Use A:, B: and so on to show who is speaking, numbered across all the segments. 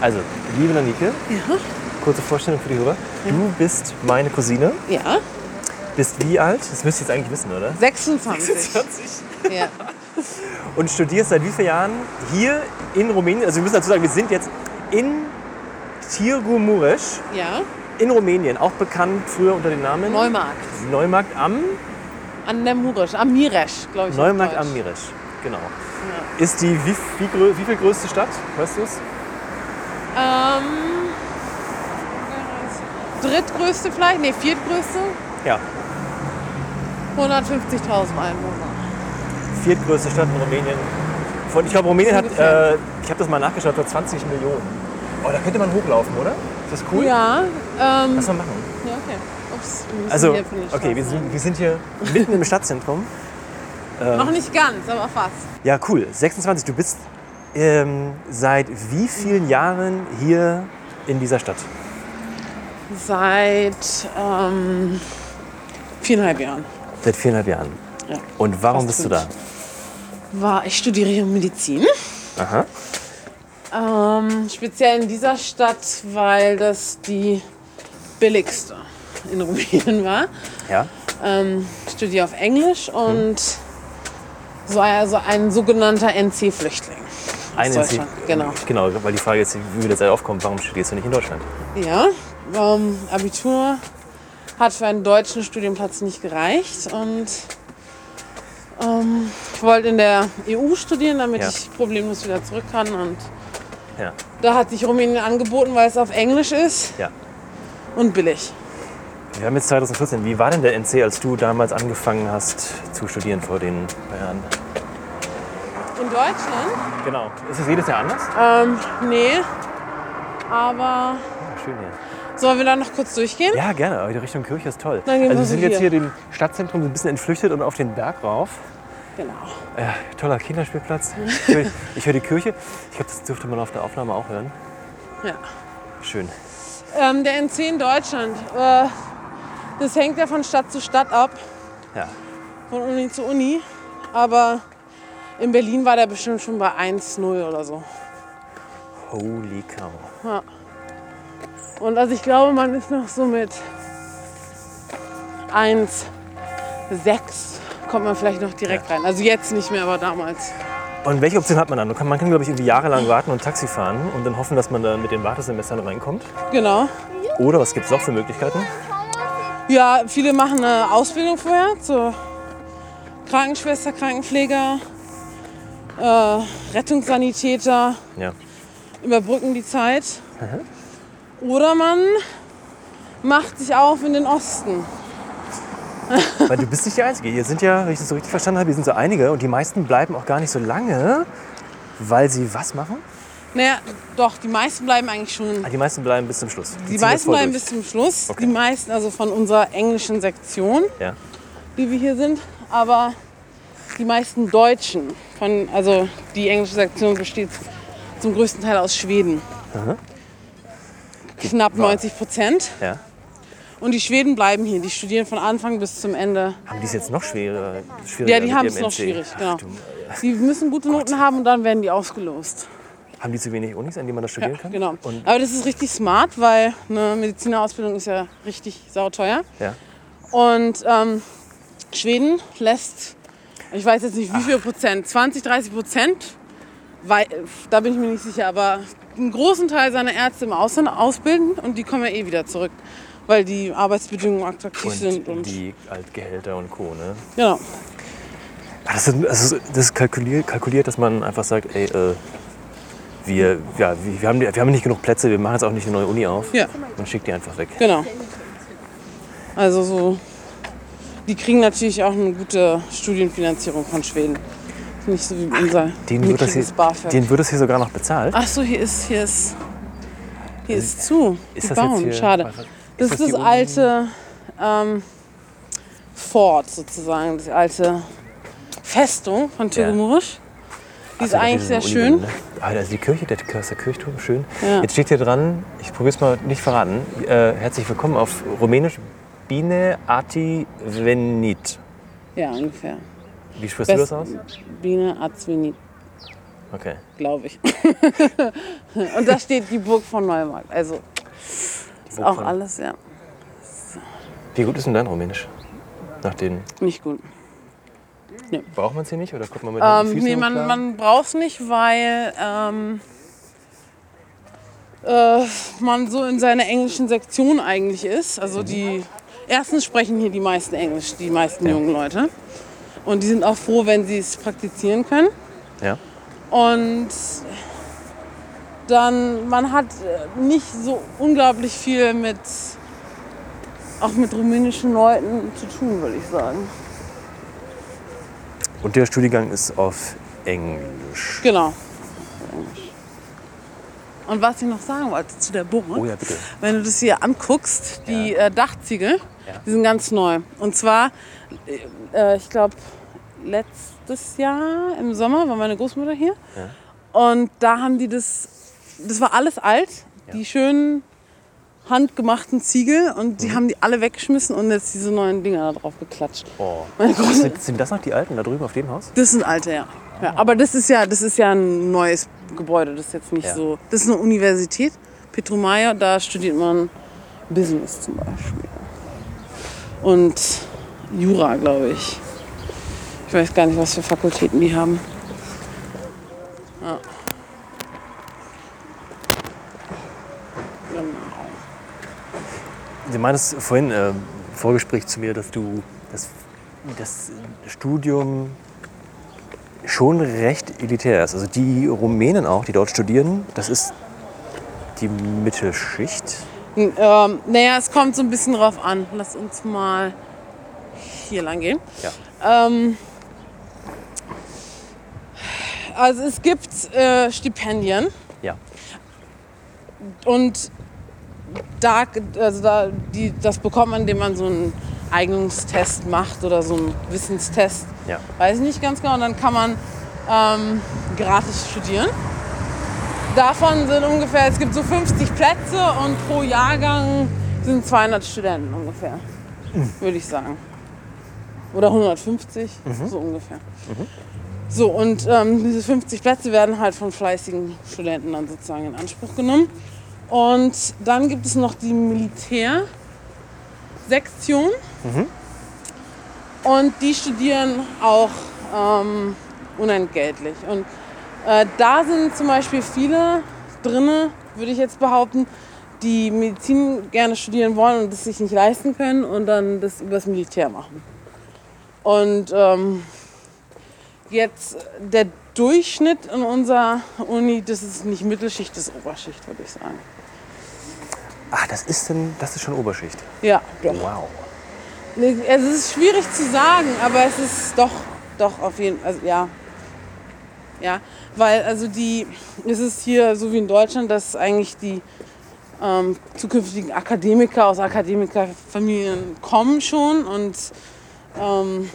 A: Also, liebe Nanike,
B: Ja.
A: kurze Vorstellung für die Hörer. Du bist meine Cousine,
B: Ja.
A: bist wie alt? Das müsst ihr jetzt eigentlich wissen, oder?
B: 26. ja.
A: Und studierst seit wie vielen Jahren hier in Rumänien? Also, wir müssen dazu sagen, wir sind jetzt in Tirgu Mureș
B: Ja.
A: in Rumänien, auch bekannt früher unter dem Namen
B: Neumarkt.
A: Neumarkt am
B: An der Muresch. Am Miresch, glaube ich. auf
A: Neumarkt
B: Deutsch.
A: am Mirisch. Genau. Ist die wie, wie, grö- wie viel größte Stadt? Weißt du es?
B: Ähm, drittgrößte vielleicht? Nee, viertgrößte.
A: Ja.
B: 150.000 Einwohner.
A: viertgrößte Stadt in Rumänien. Von, ich glaube, Rumänien hat,
B: Ungefähr.
A: äh, ich habe das mal nachgeschaut, hat 20 Millionen. Oh, da könnte man hochlaufen, oder? Ist das cool?
B: Ja. Ähm,
A: Lass mal machen.
B: ja, okay. Ups, wir müssen
A: Also,
B: hier für die
A: okay, wir
B: Straße
A: sind, äh, wir sind hier mitten im Stadtzentrum.
B: rein. Noch nicht ganz, aber fast.
A: Ja, cool. 26, du bist ähm, seit wie vielen Jahren hier in dieser Stadt?
B: Seit ähm, viereinhalb Jahren.
A: Seit viereinhalb Jahren.
B: Ja.
A: Und warum
B: Fast
A: bist du da?
B: War, ich studiere hier Medizin.
A: Aha.
B: Ähm, speziell in dieser Stadt, weil das die billigste in Rumänien war.
A: Ja.
B: Ähm, ich studiere auf Englisch und so also ein sogenannter NC-Flüchtling.
A: Eine
B: Deutschland, genau.
A: Genau, weil die Frage ist, wie wir jetzt alle aufkommen, warum studierst du nicht in Deutschland?
B: Ja, ähm, Abitur hat für einen deutschen Studienplatz nicht gereicht und ähm, ich wollte in der EU studieren, damit
A: Ja.
B: ich problemlos wieder zurück kann. Und
A: Ja.
B: da hat sich Rumänien angeboten, weil es auf Englisch ist
A: ja.
B: und billig.
A: Wir haben jetzt 2014. Wie war denn der NC, als du damals angefangen hast zu studieren vor den paar Jahren?
B: In Deutschland
A: Genau. Ah, Ist es jedes Jahr anders?
B: Ähm, nee. Aber
A: schön hier.
B: sollen wir da noch kurz durchgehen?
A: Ja, gerne. Aber die Richtung Kirche ist toll.
B: Dann gehen
A: also wir
B: wir
A: sind
B: so
A: jetzt hier
B: hier.
A: dem Stadtzentrum so ein bisschen entflüchtet und auf den Berg rauf.
B: Genau.
A: Ja, toller Kinderspielplatz. Ich höre, ich höre die Kirche. Ich glaube, das dürfte man auf der Aufnahme auch hören.
B: Ja.
A: Schön.
B: Ähm, der NC in Deutschland. Äh, das hängt ja von Stadt zu Stadt ab,
A: Ja.
B: von Uni zu Uni. Aber in Berlin war der bestimmt schon bei 1-0 oder so.
A: Holy cow.
B: Und also ich glaube, man ist noch so mit 1-6 kommt man vielleicht noch direkt rein. Also jetzt nicht mehr, aber damals.
A: Und welche Option hat man dann? Man kann, man kann glaube ich, irgendwie jahrelang warten und Taxi fahren und dann hoffen, dass man da mit den Wartesemestern reinkommt.
B: Genau.
A: Oder was gibt es noch für Möglichkeiten?
B: Ja, viele machen eine Ausbildung vorher zur Krankenschwester, Krankenpfleger, äh, Rettungssanitäter,
A: Ja.
B: überbrücken die Zeit.
A: Mhm.
B: Oder man macht sich auf in den Osten.
A: Weil du bist nicht der Einzige. Hier sind ja, wenn ich das so richtig verstanden habe, hier sind so einige und die meisten bleiben auch gar nicht so lange, weil sie was machen?
B: Naja, doch, die meisten bleiben eigentlich schon.
A: Ah, die meisten bleiben bis zum Schluss.
B: Die
A: ziehen das
B: meisten
A: voll
B: bleiben
A: durch.
B: bis zum Schluss.
A: Okay.
B: Die meisten, also von unserer englischen Sektion,
A: Ja.
B: die wir hier sind. Aber die meisten Deutschen, von, also die englische Sektion besteht zum größten Teil aus Schweden. Knapp 90 Prozent.
A: ja.
B: Und die Schweden bleiben hier. Die studieren von Anfang bis zum Ende.
A: Haben die es jetzt noch schwerer? schwieriger
B: Ja, die
A: mit
B: haben
A: ihrem
B: es noch
A: NC?
B: schwierig.
A: Ach,
B: Genau.
A: du,
B: Die müssen gute Noten haben und dann werden die ausgelost.
A: haben die zu wenig Unis, an denen man das studieren kann?
B: Genau.
A: Und,
B: Aber das ist richtig smart, weil eine Medizinerausbildung ist ja richtig sauteuer.
A: ja.
B: Und ähm, Schweden lässt, ich weiß jetzt nicht wie viel Prozent, 20, 30 Prozent, weil, da bin ich mir nicht sicher, aber einen großen Teil seiner Ärzte im Ausland ausbilden und die kommen ja eh wieder zurück, weil die Arbeitsbedingungen attraktiv sind.
A: Und
B: Und,
A: die Altgehälter und Co. Ne?
B: genau.
A: Ah, Das ist, das ist, das ist kalkuliert, kalkuliert, dass man einfach sagt, ey, äh, wir, ja, wir, wir, haben, die- wir haben nicht genug Plätze, wir machen jetzt auch nicht eine neue Uni auf.
B: Ja.
A: Man schickt die einfach weg.
B: Genau. Also so, die kriegen natürlich auch eine gute Studienfinanzierung von Schweden. Nicht so wie unser
A: Den wird, das hier,
B: mickriges BAföG.
A: den wird das hier sogar noch bezahlt.
B: Ach so, hier ist, hier ist, hier ist zu.
A: Ist
B: die
A: das jetzt
B: bauen,
A: hier-
B: schade.
A: das
B: Das ist
A: die
B: das
A: Uni?
B: alte ähm, Fort sozusagen, die alte Festung von Türgemurisch. Die ist
A: Ja,
B: eigentlich
A: diese
B: sehr
A: Uni-
B: schön.
A: Ne? Ah, also die Kirche, der Kirster Kirchturm, schön.
B: Ja.
A: Jetzt steht hier dran, ich probiere es mal nicht verraten, äh, herzlich willkommen auf Rumänisch Bine Ati Venit. ne?
B: Ja, ungefähr.
A: Wie sprichst du das
B: Best-
A: aus?
B: Biene Azvini.
A: Okay.
B: glaube ich. Und da steht die Burg von Neumarkt. Also ist auch
A: von-
B: alles, ja,
A: Wie gut ist denn dein Rumänisch? Nach den.
B: nicht gut.
A: Braucht man es hier nicht? Oder kommt man mit den
B: Ähm,
A: Füßen
B: nee,
A: gut
B: man,
A: klar?
B: man braucht es nicht, weil ähm, äh, man so in seiner englischen Sektion eigentlich ist. Also
A: Mhm.
B: die erstens sprechen hier die meisten Englisch, die meisten
A: Ja.
B: jungen Leute. Und die sind auch froh, wenn sie es praktizieren können.
A: Ja.
B: Und dann, man hat äh, nicht so unglaublich viel mit, auch mit rumänischen Leuten zu tun, würde ich sagen.
A: Und der Studiengang ist auf Englisch.
B: Genau. Und was ich noch sagen wollte zu der Burg,
A: Oh ja, bitte.
B: wenn du das hier anguckst, die äh, Dachziegel,
A: Ja.
B: die sind ganz neu. Und zwar, äh, äh, ich glaube, letztes Jahr im Sommer war meine Großmutter hier.
A: Ja.
B: Und da haben die das, das war alles alt, die schönen handgemachten Ziegel und
A: Mhm.
B: die haben die alle weggeschmissen und jetzt diese neuen Dinger da drauf geklatscht.
A: Oh.
B: Meine Großmutter,
A: Sind, sind das noch die Alten da drüben auf dem Haus?
B: das sind alte, ja. ja. Aber das ist ja, das ist ja ein neues Gebäude, das ist jetzt nicht
A: Ja.
B: so. Das ist eine Universität, Petromaya, da studiert man Business zum Beispiel. Und Jura, glaube ich. Ich weiß gar nicht, was für Fakultäten die haben. Ja. Genau.
A: Du meintest vorhin äh, im Vorgespräch zu mir, dass du das, das Studium schon recht elitär ist. Also die Rumänen auch, die dort studieren, das ist die Mittelschicht.
B: N- Ähm, naja, es kommt so ein bisschen drauf an. Lass uns mal hier lang gehen.
A: Ja.
B: Ähm, also es gibt äh, Stipendien
A: Ja.
B: und da, also da, die, das bekommt man, indem man so einen Eignungstest macht oder so einen Wissenstest.
A: Ja.
B: Weiß ich nicht ganz genau. Und dann kann man ähm, gratis studieren. Davon sind ungefähr, es gibt so 50 Plätze und pro Jahrgang sind 200 Studenten ungefähr, würde ich sagen. Oder 150, so ungefähr. So, und ähm, diese 50 Plätze werden halt von fleißigen Studenten dann sozusagen in Anspruch genommen. Und dann gibt es noch die Militärsektion. Und die studieren auch ähm, unentgeltlich. Und äh, da sind zum Beispiel viele drinne, würde ich jetzt behaupten, die Medizin gerne studieren wollen und es sich nicht leisten können und dann das übers Militär machen. Und ähm, jetzt äh, der Durchschnitt in unserer Uni, das ist nicht Mittelschicht, das ist Oberschicht, würde ich sagen.
A: Ach, Ah, das ist denn, das ist schon Oberschicht.
B: Ja, doch.
A: Wow.
B: Nee, also Es ist schwierig zu sagen, aber es ist doch, doch auf jeden Fall, also ja. Ja, weil also die, es ist hier so wie in Deutschland, dass eigentlich die ähm, zukünftigen Akademiker aus Akademikerfamilien kommen schon und ähm,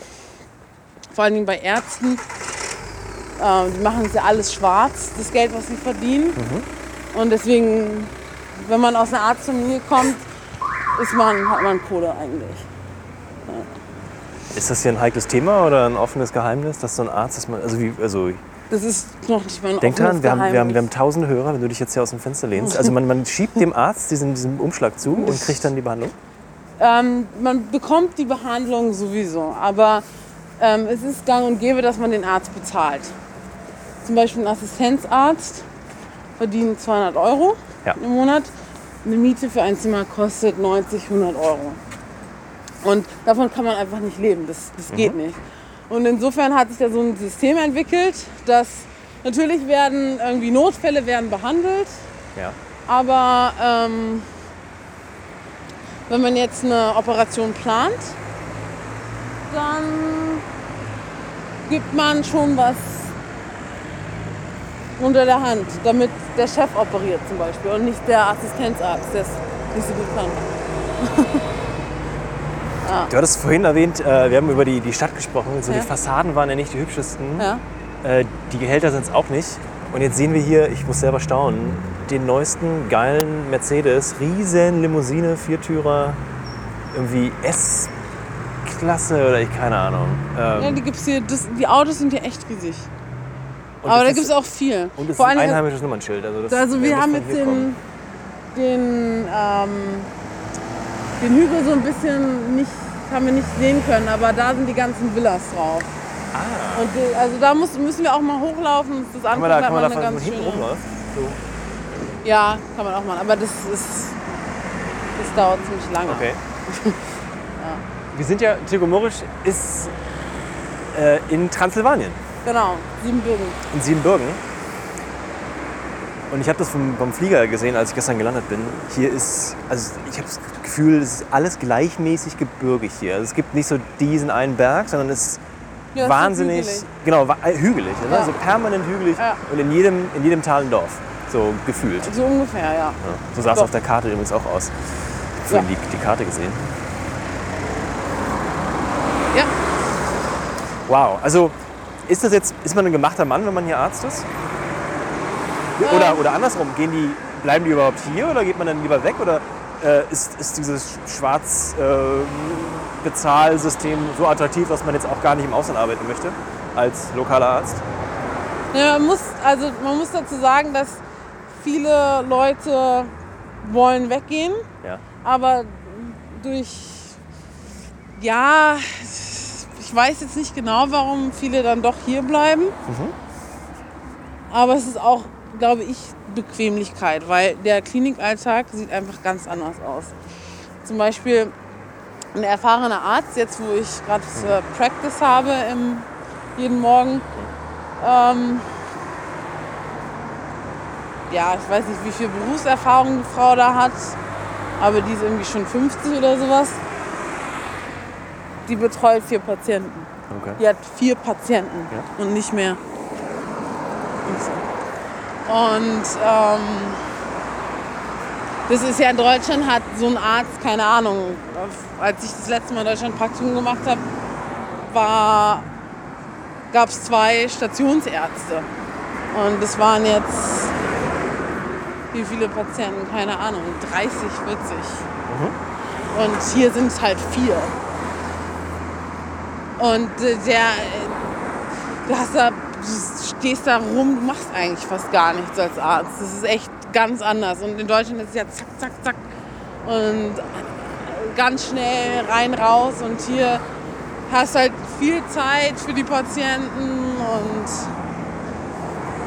B: vor allen Dingen bei Ärzten, ähm, die machen es ja alles schwarz, das Geld, was sie verdienen. Und deswegen, wenn man aus einer Arztfamilie kommt, ist man, hat man Kohle eigentlich.
A: Ist das hier ein heikles Thema oder ein offenes Geheimnis, dass so ein Arzt, dass man, also wie, also
B: Das ist noch nicht mal ein
A: Denk
B: offenes
A: dran, wir haben, wir, haben, wir haben
B: Geheimnis.
A: tausende Hörer, wenn du dich jetzt hier aus dem Fenster lehnst. Also man, man schiebt dem Arzt diesen, diesen Umschlag zu und kriegt dann die Behandlung.
B: ähm, man bekommt die Behandlung sowieso, aber ähm, es ist gang und gäbe, dass man den Arzt bezahlt. Zum Beispiel ein Assistenzarzt verdient 200 Euro
A: Ja.
B: im Monat. Eine Miete für ein Zimmer kostet 90, 100 Euro. Und davon kann man einfach nicht leben. Das,
A: Mhm.
B: das geht nicht. Und insofern hat sich da so ein System entwickelt, dass natürlich werden irgendwie Notfälle werden behandelt.
A: Ja.
B: Aber ähm, wenn man jetzt eine Operation plant, dann gibt man schon was unter der Hand, damit der Chef operiert zum Beispiel und nicht der Assistenzarzt, der es nicht so gut kann.
A: Du hattest vorhin erwähnt, äh, wir haben über die, die Stadt gesprochen. So
B: Ja.
A: Die Fassaden waren ja nicht die hübschesten.
B: Ja.
A: Äh, die Gehälter sind es auch nicht. Und jetzt sehen wir hier, ich muss selber staunen, den neuesten geilen Mercedes, riesen Limousine, Viertürer, irgendwie S-Klasse oder ich keine Ahnung. Ähm,
B: ja die, gibt's hier, das, die Autos sind hier echt riesig. aber
A: das
B: da
A: ist-
B: gibt es auch viel.
A: Und es ist
B: Vor
A: ein
B: allen Dingen,
A: einheimisches Nummernschild. Also, das,
B: also
A: äh,
B: wir
A: muss
B: haben
A: von
B: jetzt
A: hier kommen.
B: den, den, ähm, den Hügel so ein bisschen nicht, haben wir nicht sehen können, aber da sind die ganzen Villas drauf. Und die, also da muss, müssen wir auch mal hochlaufen. uns Das
A: Ah. Kann man
B: angucken,
A: da,
B: hat
A: kann man da fahren,
B: eine
A: wenn man
B: ganz
A: hinten
B: schöne-
A: rumläuft? So.
B: Ja, kann man auch machen. Aber das ist. Das dauert ziemlich lange.
A: Okay. Wir sind ja, Tegomorisch ist äh, in Transsilvanien,
B: Genau, Siebenbürgen.
A: in Siebenbürgen. Und ich habe das vom, vom Flieger gesehen, als ich gestern gelandet bin. Hier ist, also ich habe das Gefühl, es ist alles gleichmäßig gebirgig hier. Also es gibt nicht so diesen einen Berg, sondern es ist
B: Ja, das ist
A: wahnsinnig,
B: hügelig.
A: genau, wa- äh, hügelig, ne?
B: Ja.
A: also permanent hügelig
B: Ja.
A: und in jedem, in jedem Tal ein Dorf, so gefühlt.
B: So ungefähr, ja.
A: Ja. So sah es
B: Doch.
A: auf der Karte übrigens auch aus. Ich
B: Ja.
A: habe die, die Karte gesehen.
B: Ja,
A: Wow, also ist das jetzt, ist man ein gemachter Mann, wenn man hier Arzt ist? Oder, oder andersrum, gehen die, bleiben die überhaupt hier oder geht man dann lieber weg? Oder äh, ist, ist dieses Schwarz-Bezahlsystem so attraktiv, dass man jetzt auch gar nicht im Ausland arbeiten möchte als lokaler Arzt?
B: Ja, man, muss, also man muss dazu sagen, dass viele Leute wollen weggehen,
A: Ja.
B: aber durch, ja, ich weiß jetzt nicht genau, warum viele dann doch hier bleiben. Aber es ist auch, glaube ich, Bequemlichkeit, weil der Klinikalltag sieht einfach ganz anders aus. Zum Beispiel ein erfahrener Arzt, jetzt wo ich gerade äh, Practice habe im, jeden Morgen, ähm, ja, ich weiß nicht, wie viel Berufserfahrung die Frau da hat, aber die ist irgendwie schon 50 oder sowas. Die betreut vier Patienten.
A: Okay.
B: Die hat vier Patienten
A: Ja.
B: und nicht mehr. Und ähm, das ist ja in Deutschland hat so ein Arzt, keine Ahnung, als ich das letzte Mal in Deutschland Praktikum gemacht habe, war gab es zwei Stationsärzte. Und das waren jetzt, wie viele Patienten, keine Ahnung, 30, 40. Und hier sind es halt vier. Und äh, der, du, hast da, du stehst da rum, du machst eigentlich fast gar nichts als Arzt. Das ist echt ganz anders. Und in Deutschland ist es ja zack, zack, zack. Und ganz schnell rein, raus. Und hier hast halt viel Zeit für die Patienten und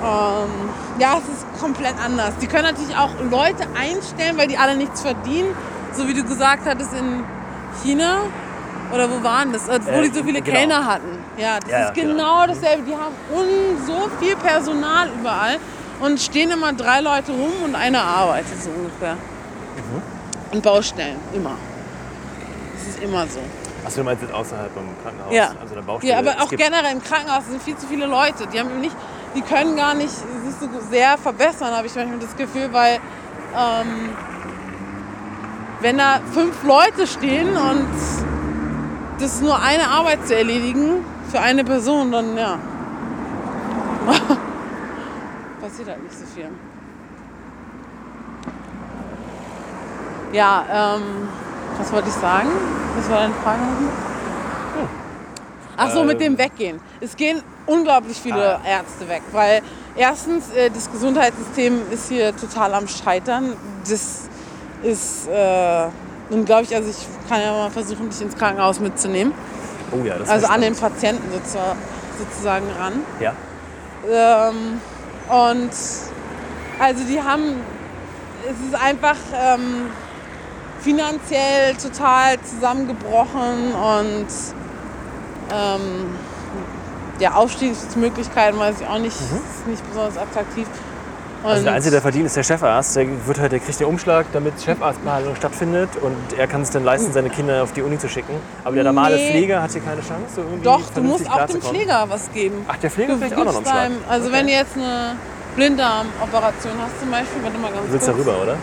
B: ähm, ja, es ist komplett anders. Die können natürlich auch Leute einstellen, weil die alle nichts verdienen. So wie du gesagt hattest in China. Oder wo waren das? Äh, Wo
A: Äh,
B: die so viele
A: genau.
B: Kellner hatten. Ja, das
A: Ja, ja,
B: ist
A: genau.
B: genau dasselbe. Die haben un so viel Personal überall und stehen immer drei Leute rum und einer arbeitet so ungefähr.
A: Mhm.
B: Und Baustellen, immer. Das ist immer so.
A: Achso, du meinst jetzt außerhalb vom Krankenhaus?
B: Ja.
A: Also der Baustelle.
B: ja, aber
A: Es
B: auch
A: gibt-
B: generell im Krankenhaus sind viel zu viele Leute. Die haben eben nicht, die können gar nicht sich so sehr verbessern, habe ich manchmal das Gefühl, weil ähm, wenn da fünf Leute stehen und das ist nur eine Arbeit zu erledigen für eine Person, dann ja. Passiert halt nicht so viel. Ja, ähm, was wollte ich sagen? Was war deine Frage? Ach so,
A: Hm.
B: mit
A: Ähm.
B: dem Weggehen. Es gehen unglaublich viele
A: Ah.
B: Ärzte weg, weil erstens, äh, das Gesundheitssystem ist hier total am Scheitern. Das ist, äh, nun glaube ich, also ich kann ja mal versuchen, dich ins Krankenhaus mitzunehmen.
A: Oh ja, das
B: Also
A: ist
B: an den Patienten sozusagen, sozusagen ran.
A: Ja.
B: Ähm, und also die haben, es ist einfach ähm, finanziell total zusammengebrochen und ähm, ja, Aufstiegsmöglichkeiten weiß ich auch nicht, ist nicht besonders attraktiv. Und
A: Mhm. Also der Einzige, der verdient, ist der Chefarzt. Der, wird halt, der kriegt den Umschlag, damit Chefarztbehandlung stattfindet. Und er kann es dann leisten, seine Kinder auf die Uni zu schicken. Aber der normale
B: Hm. Nee.
A: Pfleger hat hier keine Chance. So irgendwie
B: doch, du
A: vernünftig
B: musst auch dem
A: klarzukommen.
B: Pfleger was geben.
A: Ach, der Pfleger
B: Du
A: kriegt auch noch einen
B: gibst
A: Umschlag.
B: deinem, also wenn du jetzt eine Blinddarmoperation hast zum Beispiel, warte mal ganz
A: Du willst da
B: kurz.
A: rüber, oder?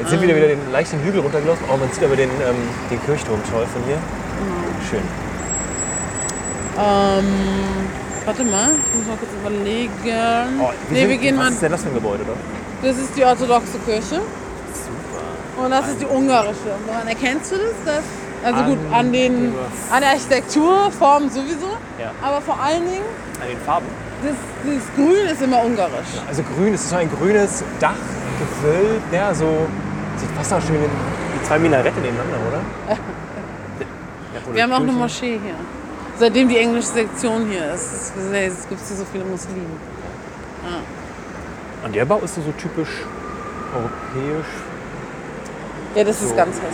A: Jetzt sind wir wieder den leichten Hügel runtergelaufen. Oh, man sieht aber den, ähm, den Kirchturm toll von hier.
B: Mhm.
A: Schön.
B: Ähm, warte mal, ich muss mal kurz überlegen.
A: Oh,
B: nee,
A: sind-
B: wir gehen
A: was
B: mal.
A: ist denn das für ein Gebäude, oder?
B: Das ist die orthodoxe Kirche
A: Super.
B: und das ist die ungarische. Woran erkennst du das? Dass, Also gut, an, den, an der Architekturform sowieso.
A: Ja.
B: Aber vor allen Dingen,
A: An den Farben.
B: das, dieses Grün ist immer ungarisch.
A: Also grün, es ist so ein grünes Dach, Gewölb, ja, so sieht fast auch schön die zwei Minarette nebeneinander, oder? Ja,
B: Wir haben auch eine
A: Kirchen.
B: Moschee hier. Seitdem die englische Sektion hier ist, ist- es gibt hier so viele Muslime.
A: Und der Bau ist so, so typisch europäisch.
B: Mhm. Ja, das ist
A: So.
B: ganz hässlich.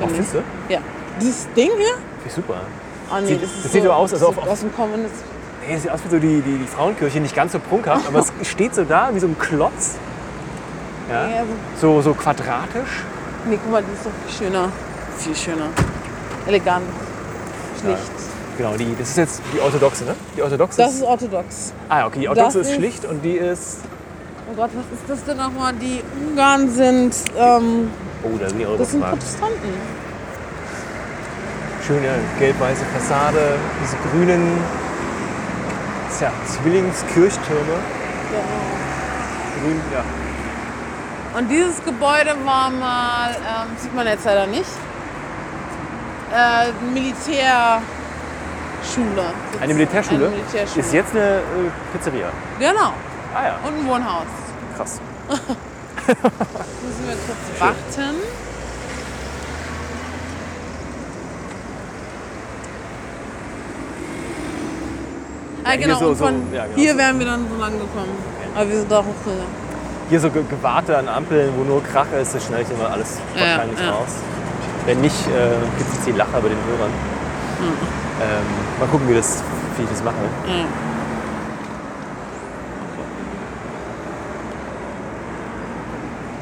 A: Oh,
B: Finde
A: findest du?
B: ich. Ja. Dieses Ding hier?
A: Finde ich super.
B: Oh, nee,
A: Sieht-
B: das ist
A: das sieht
B: so,
A: aber aus, als
B: so
A: auf- auf-
B: aus dem Kommunismus.
A: Hey, das sieht aus wie so die, die, die Frauenkirche, nicht ganz so prunkhaft, aber es steht so da wie so ein Klotz. Ja.
B: Ja, so-
A: So, so quadratisch.
B: Nee, guck mal, die ist doch viel schöner. Viel schöner. Elegant. Schlicht.
A: Genau, die, das ist jetzt die orthodoxe, ne? Die orthodoxe
B: Das ist orthodox.
A: Ah, okay, die orthodoxe
B: das
A: ist
B: ist-
A: schlicht und die ist.
B: Oh Gott, was ist das denn nochmal? Die Ungarn sind, ähm,
A: Oh, da sind die
B: das sind
A: Europas.
B: Protestanten.
A: Schöne gelb-weiße Fassade, diese grünen tja, Zwillingskirchtürme.
B: Genau.
A: Grün, ja.
B: Und dieses Gebäude war mal, ähm, sieht man jetzt leider nicht, äh, Militärschule.
A: Eine Militärschule,
B: Eine Militärschule.
A: ist jetzt eine äh, Pizzeria.
B: Genau.
A: Ah ja,
B: Und ein Wohnhaus.
A: krass.
B: Müssen wir kurz warten. Ah,
A: hier
B: genau,
A: so-
B: und von
A: so- ja, genau,
B: hier
A: so.
B: wären wir dann so lang gekommen. Aber wir sind auch früher.
A: Hier so ge- Gewarte an Ampeln, wo nur Krach ist, das schnell ich immer alles
B: Ja,
A: wahrscheinlich
B: ja.
A: raus. Wenn nicht, äh, gibt es die Lacher bei den Hörern.
B: Hm.
A: Ähm, mal gucken, wie, das, wie ich das mache.
B: Ja.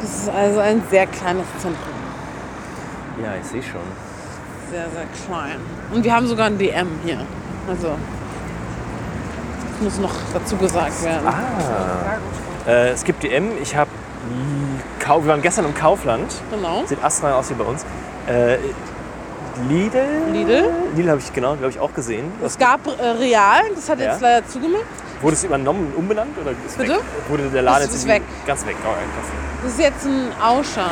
B: Das ist also ein sehr kleines Zentrum.
A: Ja, ich sehe schon.
B: Sehr, sehr klein. Und wir haben sogar ein DM hier. Also, das muss noch dazu gesagt werden.
A: Äh, es gibt DM. Ich habe. Wir waren gestern im Kaufland.
B: Genau.
A: Sieht astrein aus wie bei uns. Äh, Lidl?
B: Lidl?
A: Lidl habe ich genau, glaube ich, auch gesehen. Das,
B: Es gab äh, Real, das hat
A: Ja.
B: jetzt leider zugemacht.
A: wurde es übernommen und umbenannt? Oder ist
B: Bitte?
A: Weg? Wurde der Laden
B: Das
A: jetzt
B: ist
A: irgendwie- Ganz weg. Oh, krass.
B: Das ist jetzt ein Auchan.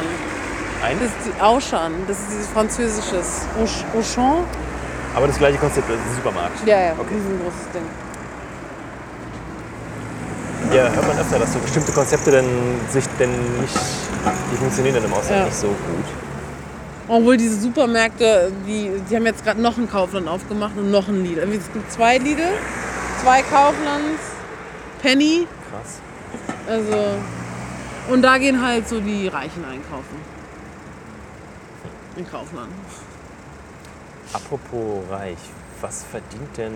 A: Ein,
B: Das ist die Auchan. Das ist dieses französisches Auch- Auchan.
A: aber das gleiche Konzept, das ist ein Supermarkt.
B: Ja, ja,
A: Okay.
B: okay. riesengroßes Ding.
A: Ja, hört man öfter, dass so bestimmte Konzepte dann sich denn nicht, die funktionieren dann im Ausland
B: Ja.
A: nicht so gut.
B: Obwohl diese Supermärkte, die, die haben jetzt gerade noch ein Kaufland aufgemacht und noch ein Lidl. Es gibt zwei Lidl, zwei Kauflands, Penny.
A: Krass.
B: Also und da gehen halt so die Reichen einkaufen. In Kaufland.
A: Apropos reich, was verdient denn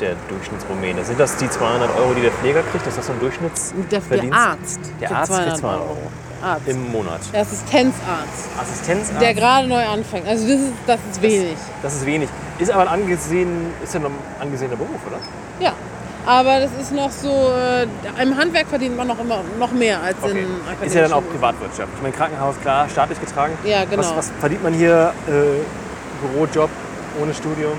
A: der Durchschnittsrumäne? Sind das die 200 Euro, die der Pfleger kriegt? Ist das so ein Durchschnitts
B: Der, der Arzt.
A: Der
B: kriegt
A: Arzt kriegt 200 Euro.
B: Arzt.
A: im Monat?
B: Der Assistenzarzt,
A: Assistenzarzt?
B: der gerade neu anfängt. Also das ist, das ist wenig.
A: Das ist wenig. Ist aber ein angesehen, ist ja noch ein angesehener Beruf, oder?
B: Ja. Aber das ist noch so, äh, im Handwerk verdient man noch immer noch mehr als in
A: Ist ja dann auch
B: akademischen
A: Privatwirtschaft. Ich meine, Krankenhaus, klar, staatlich getragen.
B: Ja, genau.
A: Was, was verdient man hier? Äh, Bürojob ohne Studium?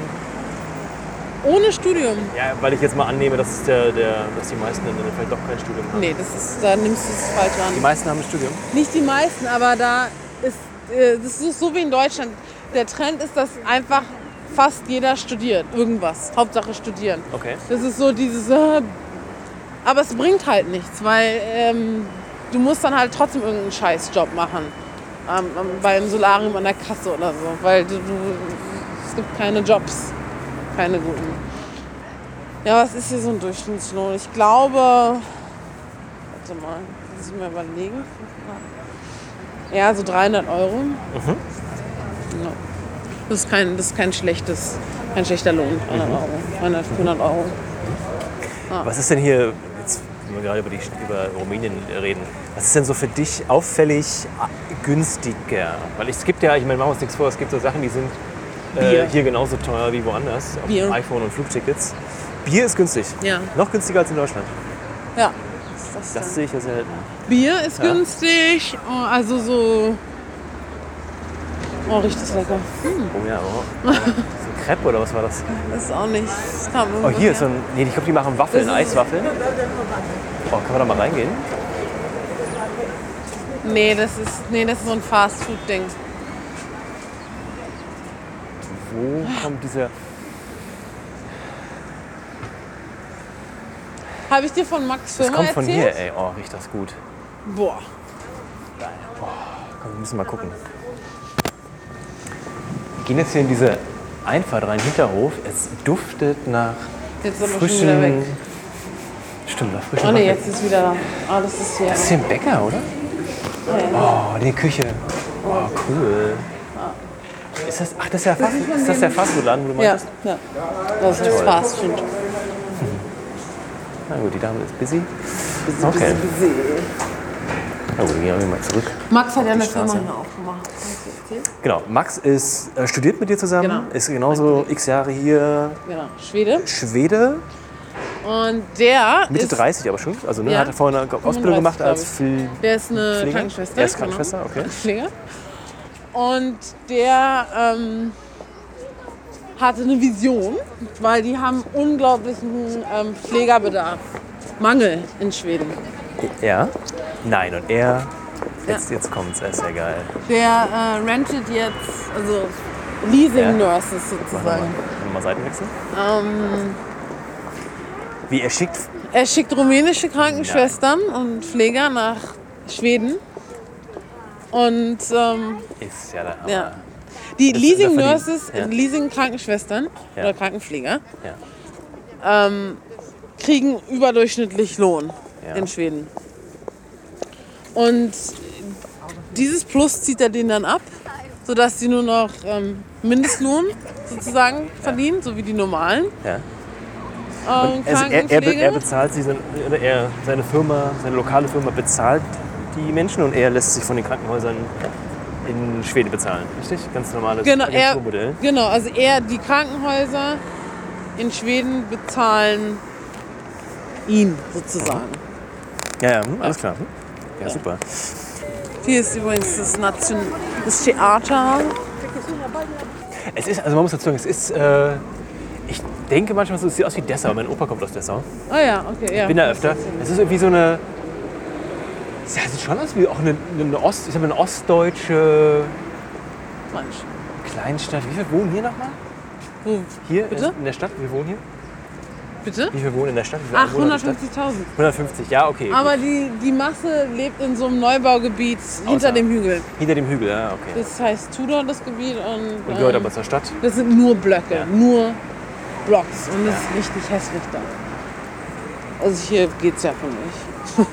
B: Ohne Studium.
A: Ja, weil ich jetzt mal annehme, dass, der, der, dass die meisten dann vielleicht doch kein Studium haben.
B: Nee, das ist, da nimmst du es falsch
A: Die
B: an.
A: meisten haben ein Studium.
B: Nicht die meisten, aber da ist, äh, das ist so wie in Deutschland. Der Trend ist, dass einfach fast jeder studiert. Irgendwas. Hauptsache studieren.
A: Okay.
B: Das ist so dieses, äh, aber es bringt halt nichts, weil ähm, du musst dann halt trotzdem irgendeinen Scheißjob machen. Ähm, ähm, beim Solarium an der Kasse oder so, weil du, du, es gibt keine Jobs, keine guten. Ja, was ist hier so ein Durchschnittslohn? Ich glaube, warte mal, muss ich mir überlegen. Ja, so 300 Euro. Ja. Das ist kein, das ist kein schlechtes, kein schlechter Lohn, 300 Euro, 300, 400 Euro.
A: Was ist denn hier, jetzt, wenn wir gerade über, die, über Rumänien reden, was ist denn so für dich auffällig a- günstiger? Weil es gibt ja, ich meine, machen wir uns nichts vor, es gibt so Sachen, die sind
B: Bier.
A: äh, hier genauso teuer wie woanders, auf
B: Bier.
A: dem iPhone und Flugtickets. Bier ist günstig.
B: Ja.
A: Noch günstiger als in Deutschland.
B: Ja.
A: Das sehe ich ja selten.
B: Bier ist
A: Ja.
B: günstig, oh, also so. Oh, riecht das lecker.
A: Oh ja, oh. So ein Crepe oder was war das?
B: Das ist auch nicht. Das kam
A: Oh,
B: irgendwo
A: hier
B: her.
A: ist so ein. Nee, ich glaube, die machen Waffeln,
B: Das ist-
A: Eiswaffeln. Oh, kann man da mal reingehen?
B: Nee, das ist, nee, das ist so ein Fast-Food-Ding.
A: wo kommt dieser.
B: Habe ich dir von Max
A: Das
B: Firma
A: kommt von hier,
B: erzählt?
A: ey. Oh, riecht das gut.
B: Boah.
A: Komm, wir Also müssen mal gucken. Wir gehen jetzt hier in diese Einfahrt rein, Hinterhof. Es duftet nach
B: Jetzt ist aber schon wieder
A: frischem.
B: weg.
A: Stimmt, nach frischem.
B: Oh ne,
A: Kaffee.
B: jetzt ist wieder da. Ah, das ist hier.
A: Das ist hier ein Bäcker, oder? Oh, die Küche. Oh, cool. Ist das, ach, das ist, ja Fast, ist das der Fastfood-Laden, wo du
B: Ja,
A: meintest?
B: ja. Das ist fast schon.
A: Na gut, die Dame ist busy. Okay. Na gut, wir gehen irgendwie mal zurück.
B: Max hat ja eine
A: Straße.
B: Firma hier aufgemacht. Hast du erzählt?
A: Genau, Max ist, äh, studiert mit dir zusammen,
B: Genau.
A: ist genauso x Jahre hier
B: Genau, Schwede.
A: Schwede,
B: Und der
A: Mitte
B: ist,
A: 30 aber schon. Also ne,
B: Ja.
A: hat er vorher eine Ausbildung
B: 35,
A: gemacht als
B: glaub ich.
A: Pfl
B: der ist eine
A: Pfleger.
B: Krankenschwester.
A: Er ist Krankenschwester, okay.
B: Pfleger. Und der ähm, hatte eine Vision, weil die haben unglaublichen ähm, Pflegerbedarf. Mangel in Schweden.
A: Ja. Nein, und er. Jetzt, jetzt kommt's, er ist ja geil.
B: Der äh, rentet jetzt, also Leasing-Nurses sozusagen.
A: Nochmal Seitenwechsel.
B: Ähm.
A: Wie er schickt.
B: Er schickt rumänische Krankenschwestern und Pfleger nach Schweden. Und ähm,
A: Ist ja der Hammer.
B: ja. Die
A: Das sind davon die-
B: Leasing-Nurses,
A: ja.
B: Leasing-Krankenschwestern
A: Ja.
B: oder Krankenpfleger ähm,
A: Ja.
B: kriegen überdurchschnittlich Lohn
A: Ja.
B: in Schweden. Und dieses Plus zieht er denen dann ab, sodass sie nur noch ähm, Mindestlohn sozusagen verdienen, so wie die normalen
A: Ja.
B: ähm,
A: Also er, er, be-
B: Krankenpfleger.
A: er bezahlt sie, sein- oder er, seine Firma, seine lokale Firma bezahlt die Menschen und er lässt sich von den Krankenhäusern in Schweden bezahlen. Richtig? Ganz normales
B: Genau, er,
A: Agenturmodell.
B: genau, also eher die Krankenhäuser in Schweden bezahlen ihn sozusagen.
A: Ja, ja, hm, alles klar. hm. Ja, super.
B: Hier ist übrigens das, Nation das Theater.
A: Es ist, also man muss dazu sagen, es ist, äh, ich denke manchmal so, es sieht aus wie Dessau. Mein Opa kommt aus Dessau.
B: Oh ja, okay, ja.
A: bin da öfter. Es ist irgendwie so eine. Es sieht schon aus wie auch eine, eine, Ost, ich sag mal, eine ostdeutsche
B: Mensch.
A: Kleinstadt. Wie viele wohnen hier nochmal?
B: Wo,
A: Hier in-
B: Bitte?
A: in der Stadt? Wir wohnen hier?
B: bitte?
A: Wie viele wohnen in der Stadt? Wie viele
B: Ach,
A: Einwohner hat die Stadt?
B: 150.000.
A: 150, ja, okay.
B: Aber die, die Masse lebt in so einem Neubaugebiet hinter dem Hügel.
A: Hinter dem Hügel, ja, okay.
B: Das heißt Tudor, das Gebiet. Und,
A: Und gehört
B: ähm,
A: aber zur Stadt.
B: das sind nur Blöcke,
A: Ja.
B: nur Blocks. Und das ist richtig hässlich da. Also hier geht's ja von euch.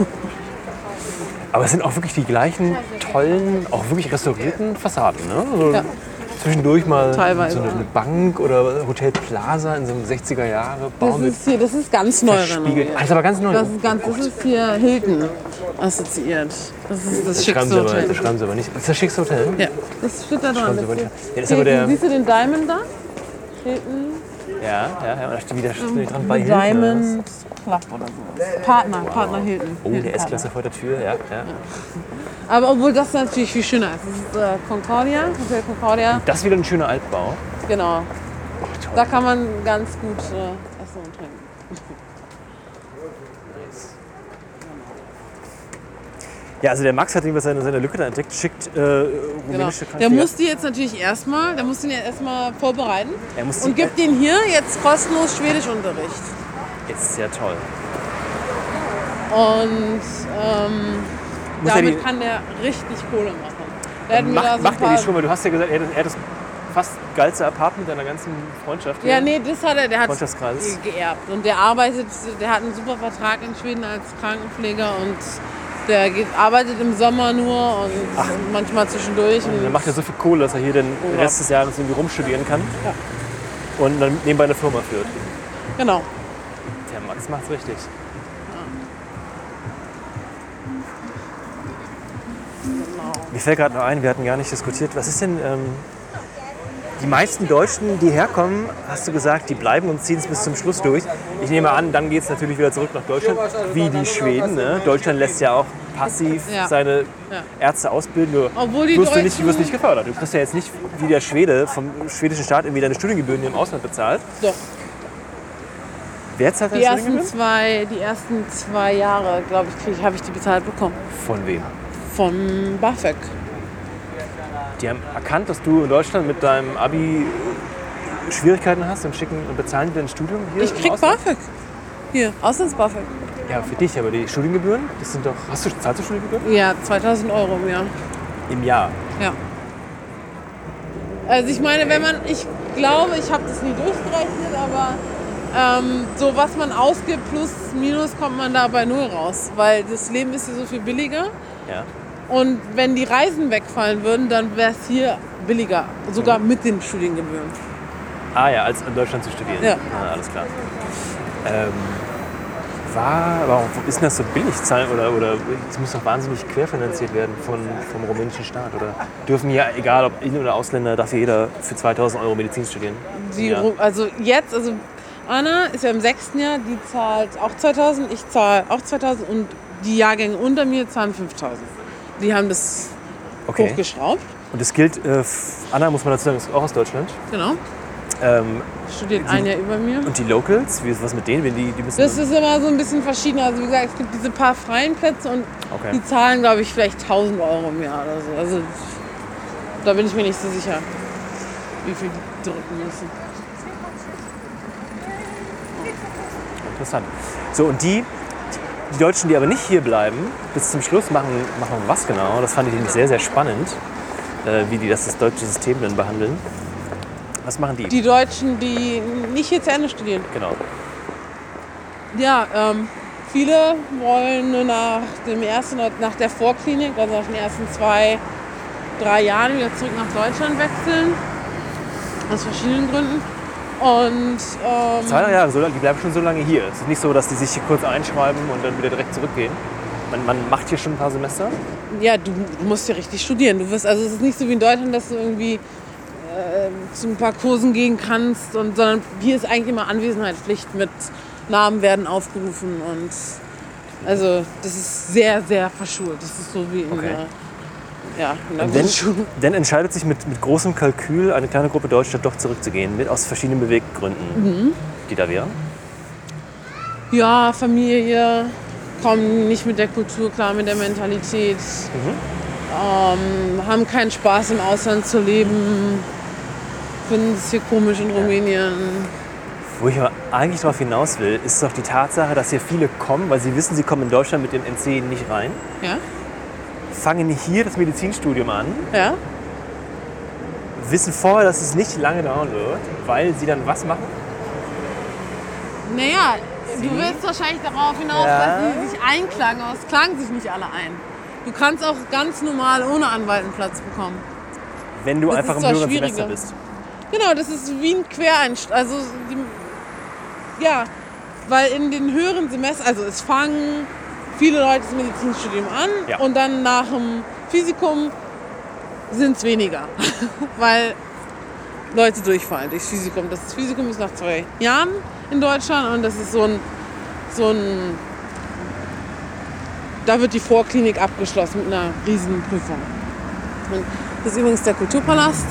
A: Aber es sind auch wirklich die gleichen tollen, auch wirklich restaurierten Fassaden. Ne? So
B: Ja.
A: Zwischendurch mal
B: Teilweise,
A: so eine,
B: ja.
A: eine Bank oder Hotel Plaza in so einem 60er Jahre Bau
B: Das
A: mit
B: ist hier, das ist ganz neu
A: Spiegel.
B: renoviert.
A: Ah, ist aber ganz neu.
B: Das ist ganz, das ist hier Hilton assoziiert. Das ist das
A: das, schreiben sie aber, das
B: Schicksal.
A: schreiben sie aber nicht. Das ist das schickste Hotel.
B: Ja, das steht da dran.
A: Schreiben Sie
B: Das
A: aber nicht.
B: ist
A: Ja, das ist aber
B: Hilton.
A: der.
B: Siehst du den Diamond da? Hilton,
A: Ja, ja, ja. Und da steht wieder steht dran bei Hilton, oder was?
B: Diamond Club oder sowas. Partner, Partner Hilton.
A: Oh,
B: Hilton
A: der S-Klasse vor der Tür, ja. ja.
B: Partner. Aber obwohl das natürlich viel schöner ist. Das ist äh, Concordia, Hotel Concordia.
A: Das ist wieder ein schöner Altbau.
B: Genau.
A: Oh, toll.
B: Da kann man ganz gut äh, essen und trinken. Genau.
A: Ja, also der Max hat irgendwas seine, seine Lücke da entdeckt, schickt äh,
B: Genau.
A: rumänische
B: Der
A: Krankenpfleger-
B: muss die jetzt natürlich erstmal, der muss den ja erstmal vorbereiten
A: Er muss die-
B: und gibt den hier jetzt kostenlos Schwedischunterricht.
A: Jetzt ist ja toll.
B: Und ähm,
A: Muss er
B: damit
A: die-
B: kann der richtig Kohle machen. Der hat mir da
A: Mach,
B: so
A: macht
B: ein
A: er die
B: paar-
A: schon mal? Du hast ja gesagt, er hat das, er hat das fast geilste Apartment deiner ganzen Freundschaft.
B: Ja,
A: hier.
B: nee, das hat er, der hat
A: Freundschaftskreises.
B: geerbt. Und der arbeitet, der hat einen super Vertrag in Schweden als Krankenpfleger und der geht, arbeitet im Sommer nur und manchmal zwischendurch.
A: Dann
B: Und
A: macht er so viel Kohle, dass er hier den
B: Urlaub.
A: Rest des Jahres irgendwie rumstudieren kann. Und dann nebenbei eine Firma führt.
B: genau.
A: Der Max macht's richtig.
B: Genau.
A: Mir fällt gerade noch ein, wir hatten gar nicht diskutiert. Was ist denn. Ähm, die meisten Deutschen, die herkommen, hast du gesagt, die bleiben und ziehen es bis zum Schluss durch. Ich nehme an, dann geht es natürlich wieder zurück nach Deutschland, wie die Schweden. Ne? Deutschland lässt ja auch passiv
B: Ja.
A: seine
B: Ja.
A: Ärzte ausbilden. Du
B: Obwohl die
A: wirst du, nicht, du wirst
B: Deutschen-
A: nicht gefördert. Du kriegst ja jetzt nicht wie der Schwede vom schwedischen Staat irgendwie deine Studiengebühren hier im Ausland bezahlt.
B: Doch.
A: Wer zahlt deine
B: Die ersten
A: Studiengebühren?
B: zwei, die ersten zwei Jahre, glaube ich, krieg, habe ich die bezahlt bekommen.
A: Von wem?
B: Vom BAföG.
A: Die haben erkannt, dass du in Deutschland mit deinem Abi äh, Schwierigkeiten hast, dann schicken und bezahlen die dein Studium hier?
B: Ich
A: im
B: krieg
A: Ausland?
B: BAföG. Hier, Auslands-BAföG.
A: Ja, für dich, aber die Studiengebühren, das sind doch. Hast du, zahlst du Studiengebühren?
B: Ja, 2000 Euro im Jahr.
A: Im Jahr.
B: Ja. Also ich meine, wenn man, ich glaube, ich habe das nie durchgerechnet, aber ähm, so was man ausgibt, plus, minus, kommt man da bei Null raus. Weil das Leben ist hier so viel billiger.
A: Ja.
B: Und wenn die Reisen wegfallen würden, dann wäre es hier billiger. Sogar
A: Mhm.
B: mit den Studiengebühren.
A: Ah ja, als in Deutschland zu studieren.
B: Ja.
A: Ah, alles klar. Ähm, war, warum ist denn das so billig? Zahl- Oder, oder das muss doch wahnsinnig querfinanziert werden von, vom rumänischen Staat. Oder dürfen ja, egal ob In- oder Ausländer, darf ja jeder für 2000 Euro Medizin studieren?
B: Die,
A: ja.
B: Ru- Also jetzt, also Anna ist ja im sechsten Jahr, die zahlt auch 2000, ich zahle auch 2000 und die Jahrgänge unter mir zahlen 5000. Die haben das
A: Okay.
B: hochgeschraubt,
A: Und das gilt, äh, f- Anna muss man dazu sagen, ist auch aus Deutschland.
B: genau.
A: Ähm,
B: Studiert ein Jahr über mir.
A: und die Locals, wie ist was mit denen? Wenn die, die müssen
B: Das ist immer so ein bisschen verschieden. Also wie gesagt, es gibt diese paar freien Plätze und
A: okay.
B: die zahlen, glaube ich, vielleicht 1000 Euro im Jahr oder so. Also da bin ich mir nicht so sicher, wie viel die drücken müssen.
A: Interessant. So, und die, die Deutschen, die aber nicht hier bleiben, bis zum Schluss machen, machen was genau? Das fand ich nämlich sehr, sehr spannend, äh, wie die das, das deutsche System dann behandeln. Was machen die?
B: Die Deutschen, die nicht hier zu Ende studieren,
A: Genau.
B: Ja, ähm, viele wollen nach dem ersten, nach der Vorklinik, also nach den ersten zwei, drei Jahren wieder zurück nach Deutschland wechseln. Aus verschiedenen Gründen. Und ähm,
A: Zwei, drei Jahre, so lange, die bleiben schon so lange hier. Es ist nicht so, dass die sich hier kurz einschreiben und dann wieder direkt zurückgehen. Man, man macht hier schon ein paar Semester.
B: ja, du, du musst ja richtig studieren. Du wirst, also es ist nicht so wie in Deutschland, dass du irgendwie äh, zu ein paar Kursen gehen kannst, und, sondern hier ist eigentlich immer Anwesenheitspflicht mit Namen werden aufgerufen und also das ist sehr, sehr verschult. Das ist so wie in
A: Okay.
B: der, ja, in der
A: Dann,
B: Grundschule.
A: dann entscheidet sich mit, mit großem Kalkül eine kleine Gruppe Deutscher doch zurückzugehen, mit, aus verschiedenen Beweggründen, die da wären.
B: Ja, Familie, kommen nicht mit der Kultur klar, mit der Mentalität, ähm, haben keinen Spaß im Ausland zu leben, finden es hier komisch in Rumänien.
A: Wo ich aber eigentlich darauf hinaus will, ist doch die Tatsache, dass hier viele kommen, weil sie wissen, sie kommen in Deutschland mit dem NC nicht rein,
B: Ja?
A: fangen hier das Medizinstudium an,
B: Ja?
A: wissen vorher, dass es nicht lange dauern wird, weil sie dann was machen?
B: Naja, du willst wahrscheinlich darauf hinaus,
A: Ja.
B: dass sie sich einklagen, aber es klagen sich nicht alle ein. Du kannst auch ganz normal ohne Anwalt einen Platz bekommen.
A: Wenn du
B: Das
A: einfach
B: ist
A: im
B: doch
A: höheren
B: schwieriger.
A: Semester bist.
B: Genau, das ist wie ein Quereinstieg. Also, die, ja, weil in den höheren Semestern, also es fangen viele Leute das Medizinstudium an
A: Ja.
B: und dann nach dem Physikum sind es weniger, weil Leute durchfallen durchs Physikum. Das Physikum ist nach zwei Jahren in Deutschland und das ist so ein, so ein da wird die Vorklinik abgeschlossen mit einer riesigen Prüfung. Und das ist übrigens der Kulturpalast.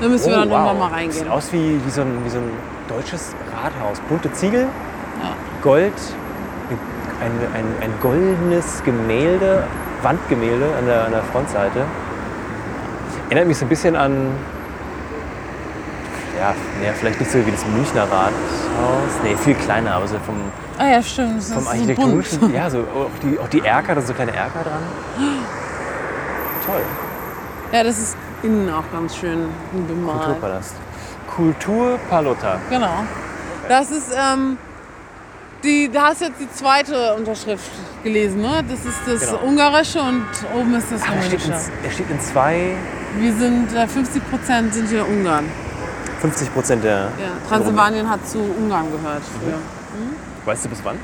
B: Da müssen
A: Oh,
B: wir dann irgendwann mal reingehen.
A: Sieht aus wie, wie, so ein, wie so ein deutsches Rathaus. Bunte Ziegel,
B: Ja.
A: Gold, ein, ein, ein goldenes Gemälde, Wandgemälde an der, an der Frontseite. Erinnert mich so ein bisschen an, ja, ja, vielleicht nicht so wie das Münchner Rathaus, nee, viel kleiner, aber so vom,
B: Ah ja, stimmt.
A: vom
B: Das ist so bunt.
A: architektonischen, ja, so auch die, auch die Erker, da sind so kleine Erker dran. Toll,
B: Ja, das ist innen auch ganz schön bemalt.
A: Kulturpalast. Kulturpalotta.
B: Genau. Das ist, ähm, die, du hast jetzt die zweite Unterschrift gelesen, ne? Das ist das
A: Genau.
B: Ungarische und oben ist das
A: Ah, Er steht, in,
B: Rumänische.
A: er steht in zwei,
B: Wir sind, äh, 50 Prozent sind hier Ungarn.
A: 50 Prozent der.
B: Ja, Transsilvanien hat zu Ungarn gehört
A: Mhm.
B: früher.
A: Weißt du bis wann?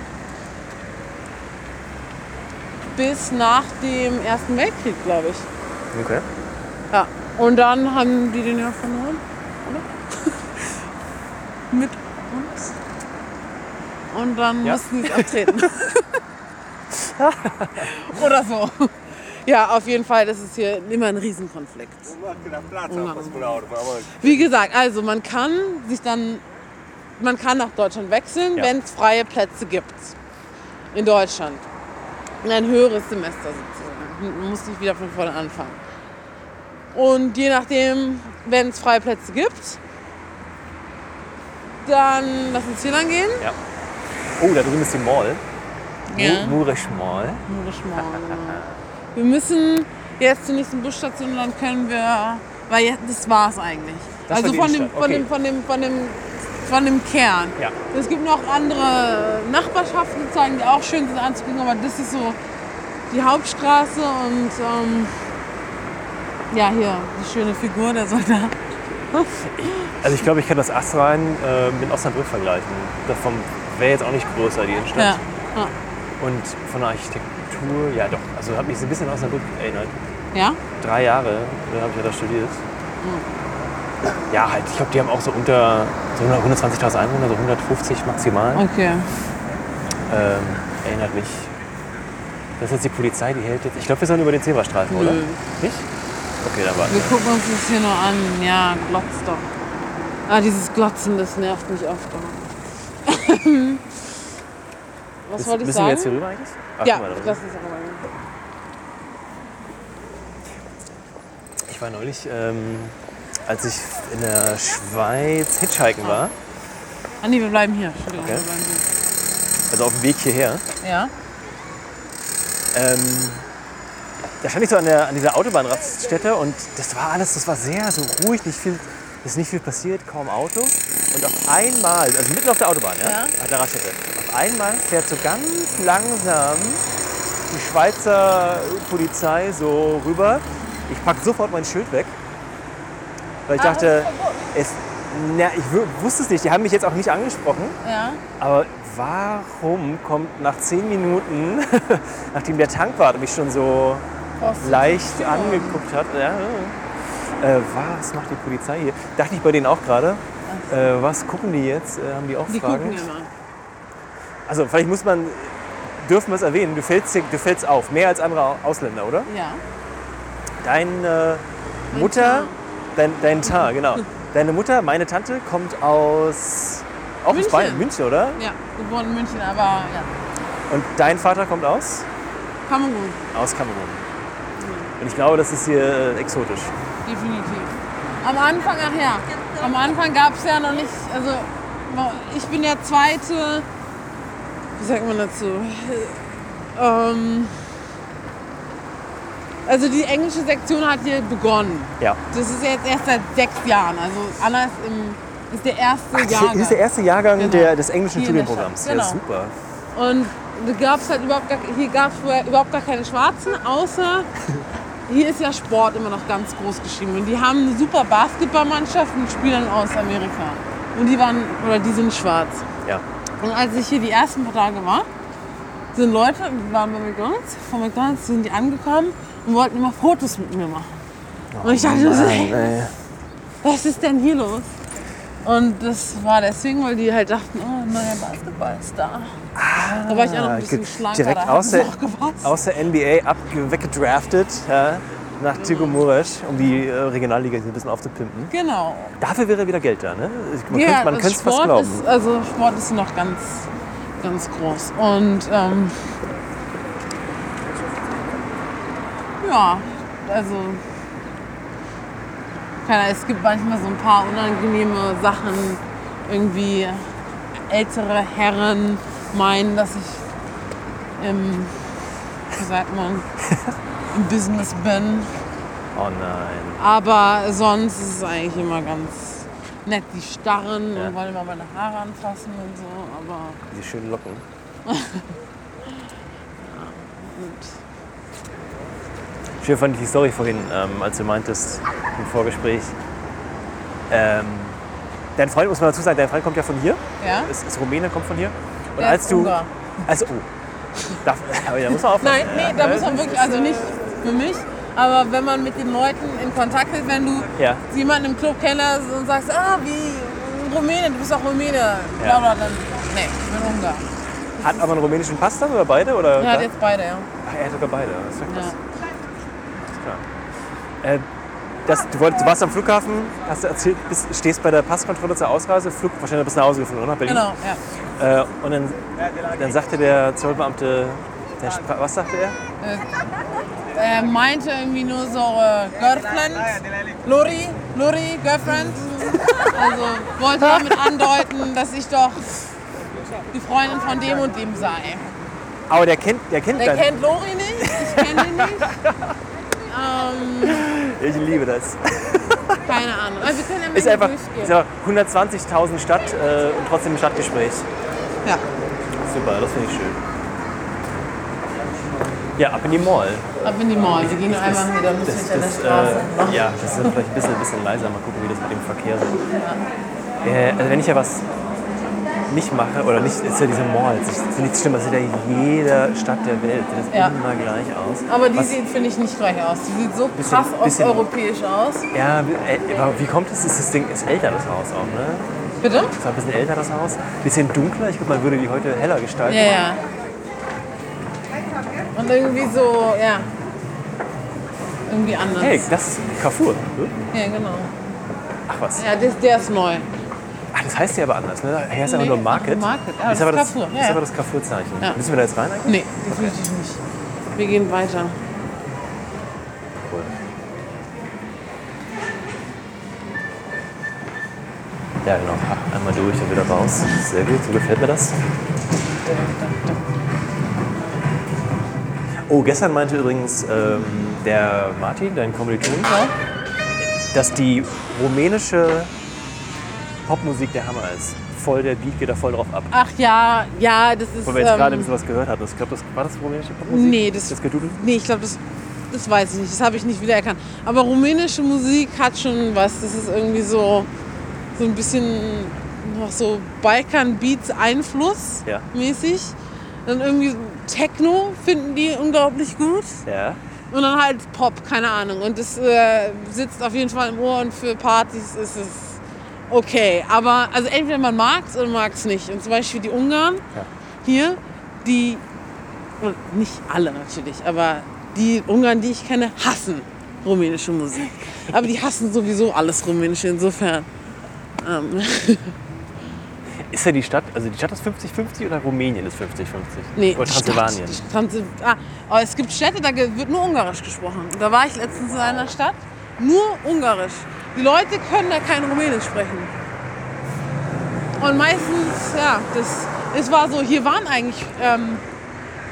B: Bis nach dem Ersten Weltkrieg, glaube ich.
A: Okay.
B: Ja. Und dann haben die den ja verloren, oder? Mit uns. Und dann
A: Ja.
B: mussten sie es abtreten. oder so. Ja, auf jeden Fall, das ist hier immer ein Riesenkonflikt. Ungarn. Wie gesagt, also man kann sich dann, man kann nach Deutschland wechseln,
A: Ja.
B: wenn es freie Plätze gibt. In Deutschland. In ein höheres Semester sozusagen. Man muss nicht wieder von vorne anfangen. Und je nachdem, wenn es freie Plätze gibt, Dann lass uns hier lang gehen.
A: Ja. Oh, da drüben ist die Mall.
B: Ja.
A: Mu- Muresch Mall.
B: Wir müssen jetzt zur nächsten Busstation und dann können wir. Weil jetzt, das war's eigentlich.
A: Das
B: also
A: war
B: von
A: die
B: dem,
A: Innenstadt,
B: von, dem, von, dem, von, dem, von dem Kern.
A: Ja.
B: Es gibt noch andere Nachbarschaften sozusagen, die auch schön sind anzugucken, aber das ist so die Hauptstraße und ähm, ja, hier die schöne Figur der Soldat.
A: Also ich glaube, ich kann das Astrein äh, mit Osnabrück vergleichen. Davon wäre jetzt auch nicht größer, die Innenstadt.
B: Ja. Ja.
A: Und von der Architektur, ja doch. Also hat mich so ein bisschen an Osnabrück erinnert.
B: ja?
A: Drei Jahre äh, habe ich ja da studiert.
B: Hm.
A: Ja, halt, ich glaube, die haben auch so unter so 120.000 Einwohner, so 150 maximal.
B: Okay.
A: Ähm, erinnert mich. Das ist jetzt die Polizei, die hält jetzt. Ich glaube, wir sollen über den Zebrastreifen, oder?
B: Nö.
A: Nicht? Okay, dann warte.
B: Wir gucken uns das hier nur an. Ja, glotzt doch. Ah, dieses Glotzen, das nervt mich oft. aber. Was
A: Jetzt-
B: wollte ich
A: müssen
B: sagen?
A: wir jetzt hier rüber eigentlich? Ach,
B: ja,
A: guck mal, da
B: lass uns aber mal.
A: Ich war neulich, ähm, als ich in der Schweiz hitchhiken war,
B: Ah, nee, wir bleiben hier. Entschuldigung,
A: Okay.
B: wir bleiben
A: also auf dem Weg hierher,
B: hier. Ja?
A: ähm, da stand ich so an, der, an dieser Autobahnraststätte und das war alles, das war sehr so ruhig, nicht viel, ist nicht viel passiert, kaum Auto. Und auf einmal, also mitten auf der Autobahn, ja,
B: Ja.
A: auf der Raststätte, auf einmal fährt so ganz langsam die Schweizer Polizei so rüber. Ich packe sofort mein Schild weg, weil ich dachte, es, na, ich wü- wusste es nicht, die haben mich jetzt auch nicht angesprochen.
B: Ja?
A: Aber warum kommt nach zehn Minuten, nachdem der Tankwart mich schon so
B: Brauchst du
A: leicht
B: Verfügung?
A: angeguckt hat, ja, äh, was macht die Polizei hier? Dachte ich bei denen auch gerade. Äh, was gucken die jetzt? Äh, haben die auch
B: Die
A: Fragen?
B: gucken immer.
A: Also vielleicht muss man, dürfen wir es erwähnen, du fällst, hier- du fällst auf, mehr als andere Au- Ausländer, oder?
B: Ja.
A: Deine Mutter,
B: Tar.
A: dein, dein Tar, genau. Deine Mutter, meine Tante, kommt aus, auch aus
B: München.
A: Bayern, München, oder?
B: Ja, geboren in München, aber ja.
A: Und dein Vater kommt aus?
B: Kamerun,
A: Aus Kamerun. Und ich glaube, das ist hier äh, exotisch.
B: definitiv. Am Anfang, ach ja, am Anfang gab es ja noch nicht, also ich bin der zweite, wie sagt man dazu? Ähm, also die englische Sektion hat hier begonnen.
A: Ja.
B: Das ist jetzt erst seit sechs Jahren. Also Anna ist, im, ist der erste
A: Das ist der
B: Jahrgang.
A: erste Jahrgang
B: Genau.
A: der, des englischen
B: Hier in der
A: Studienprogramms.
B: Stadt,
A: Ja,
B: genau.
A: super.
B: Und da gab's halt überhaupt gar, hier gab es überhaupt gar keine Schwarzen, außer hier ist ja Sport immer noch ganz groß geschrieben. Und die haben eine super Basketballmannschaft mit Spielern aus Amerika. Und die waren, oder die sind schwarz.
A: Ja.
B: Und als ich hier die ersten paar Tage war, sind Leute, die waren bei McDonalds, von McDonalds sind die angekommen und wollten immer Fotos mit mir machen. und ich dachte nur
A: Oh
B: so, hey,
A: Nein,
B: was ist denn hier los? Und das war deswegen, weil die halt dachten, oh, neuer Basketballstar. da war ich auch noch ein bisschen
A: ge-
B: schlanker.
A: direkt
B: da hat
A: aus
B: es
A: der-
B: auch gepasst.
A: Aus der NBA abge- weggedraftet ja, nach Tigo Muresh, um die äh, Regionalliga hier ein bisschen aufzupimpen.
B: Genau.
A: Dafür wäre wieder Geld da, ne? Man
B: ja,
A: könnte- man
B: das
A: könnte es fast
B: Sport
A: glauben.
B: Ist, also Sport ist noch ganz, ganz groß. Und ähm, ja, also keine Ahnung, es gibt manchmal so ein paar unangenehme Sachen. Irgendwie ältere Herren meinen, dass ich im, wie sagt man, im Business bin.
A: oh nein.
B: Aber sonst ist es eigentlich immer ganz nett. Die starren
A: Ja.
B: und wollen immer meine Haare anfassen und so. Aber
A: Diese schönen Locken.
B: gut.
A: Schön fand ich die Story vorhin, ähm, als du meintest im Vorgespräch. Ähm, dein Freund, muss man dazu sagen, dein Freund kommt ja von hier.
B: Ja?
A: ist, ist Rumäne, kommt von hier. Und
B: Der
A: als
B: ist
A: du.
B: Ungar.
A: Also, oh. Darf, aber da muss man aufpassen.
B: Nein, nee, da
A: ne?
B: muss man wirklich, also nicht für mich, aber wenn man mit den Leuten in Kontakt ist, wenn du
A: Ja.
B: jemanden im Club kennst und sagst, ah, wie Rumäne, du bist auch Rumäne, bla bla, dann, nee, ich bin Ungar.
A: Hat aber einen rumänischen Pass dann oder beide? Oder
B: Er hat jetzt beide, ja.
A: Ach, er hat sogar beide. Das ist ja
B: ja.
A: krass. Äh, das, du, wolltest, du warst am Flughafen, hast du erzählt, bist, stehst bei der Passkontrolle zur Ausreise, Flug wahrscheinlich bis nach Hause geflogen, oder? Nach Berlin.
B: Genau, ja.
A: Äh, und dann, dann sagte der Zollbeamte, der, Sp- was sagte er?
B: Er meinte irgendwie nur so äh, Girlfriend, Lori, Flurry, Girlfriend. Also wollte damit andeuten, dass ich doch die Freundin von dem und dem sei.
A: Aber der kennt, der kennt
B: Der
A: dann.
B: kennt Lori nicht, ich kenne ihn nicht. Ähm,
A: Ich liebe das.
B: keine Ahnung. Aber wir können ja mal
A: Ist
B: hier
A: einfach,
B: durchgehen.
A: ist einfach 120.000 Stadt äh, und trotzdem ein Stadtgespräch.
B: Ja.
A: Super, das finde ich schön. Ja, ab in die Mall.
B: Ab in die Mall. Wir gehen einmal wieder ein bisschen hinter der Straße.
A: äh, ja, das ist vielleicht ein bisschen, ein bisschen leiser. Mal gucken, wie das mit dem Verkehr so. Äh, also wenn ich ja was nicht mache, oder nicht, ist ja diese Malls. Das ist nichts Schlimmes. Das sieht ja jeder Stadt der Welt. Das sieht
B: Ja.
A: immer gleich aus.
B: Aber die
A: was,
B: sieht, finde ich, nicht gleich aus. Die sieht so
A: Bisschen-
B: krass
A: bisschen-
B: osteuropäisch aus.
A: Ja, äh, aber wie kommt es? Ist das Ding ist älter, das Haus auch, ne?
B: Bitte?
A: Ist auch ein bisschen älter, das Haus. Bisschen dunkler. Ich glaube, man würde die heute heller gestalten.
B: Ja, ja. Und irgendwie so, ja. Irgendwie anders.
A: Hey, das ist Carrefour. Hm?
B: Ja, genau.
A: Ach was.
B: Ja, das, der ist neu.
A: Ach, das heißt ja aber anders. Ne? Hier ist
B: Nee,
A: aber nur
B: einfach
A: Market.
B: Market. Ja,
A: ist aber
B: das
A: das,
B: ist Carrefour, ja,
A: ist
B: ja.
A: aber das Carrefour-Zeichen.
B: Ja.
A: Müssen wir da jetzt rein? eigentlich?
B: Nee, definitiv nicht. Wir gehen weiter.
A: Cool. Ja, genau. Einmal durch und wieder raus. Sehr gut. So gefällt mir das. Oh, gestern meinte übrigens ähm, der Martin, dein Kommiliton, dass die rumänische Popmusik der Hammer ist. Voll, der Beat geht da voll drauf ab.
B: Ach ja, ja, das ist.
A: Wo wir jetzt gerade ein
B: Ähm,
A: bisschen was gehört hatten. Ich glaube, das, war das rumänische Popmusik?
B: nee, das,
A: Das Gedudel?
B: nee, ich glaube, das, das weiß ich nicht. Das habe ich nicht wiedererkannt. Aber rumänische Musik hat schon was. Das ist irgendwie so, so ein bisschen noch so Balkan-Beats-Einfluss
A: Ja.
B: mäßig. Dann irgendwie Techno finden die unglaublich gut.
A: Ja.
B: Und dann halt Pop, keine Ahnung. Und das äh, sitzt auf jeden Fall im Ohr und für Partys ist es okay. Aber also entweder man mag es oder mag es nicht. Und zum Beispiel die Ungarn
A: Ja.
B: hier, die, und nicht alle natürlich, aber die Ungarn, die ich kenne, hassen rumänische Musik. Aber die hassen sowieso alles rumänische insofern. Ähm,
A: Ist ja die Stadt, also die Stadt ist 50-50 oder Rumänien ist 50-50?
B: nee,
A: Oder
B: die Stadt,
A: Transsilvanien.
B: die Transil ah, aber es gibt Städte, da ge- wird nur Ungarisch gesprochen. Da war ich letztens in einer Stadt, nur Ungarisch. Die Leute können da kein Rumänisch sprechen. Und meistens, ja, das, es war so, hier waren eigentlich ähm,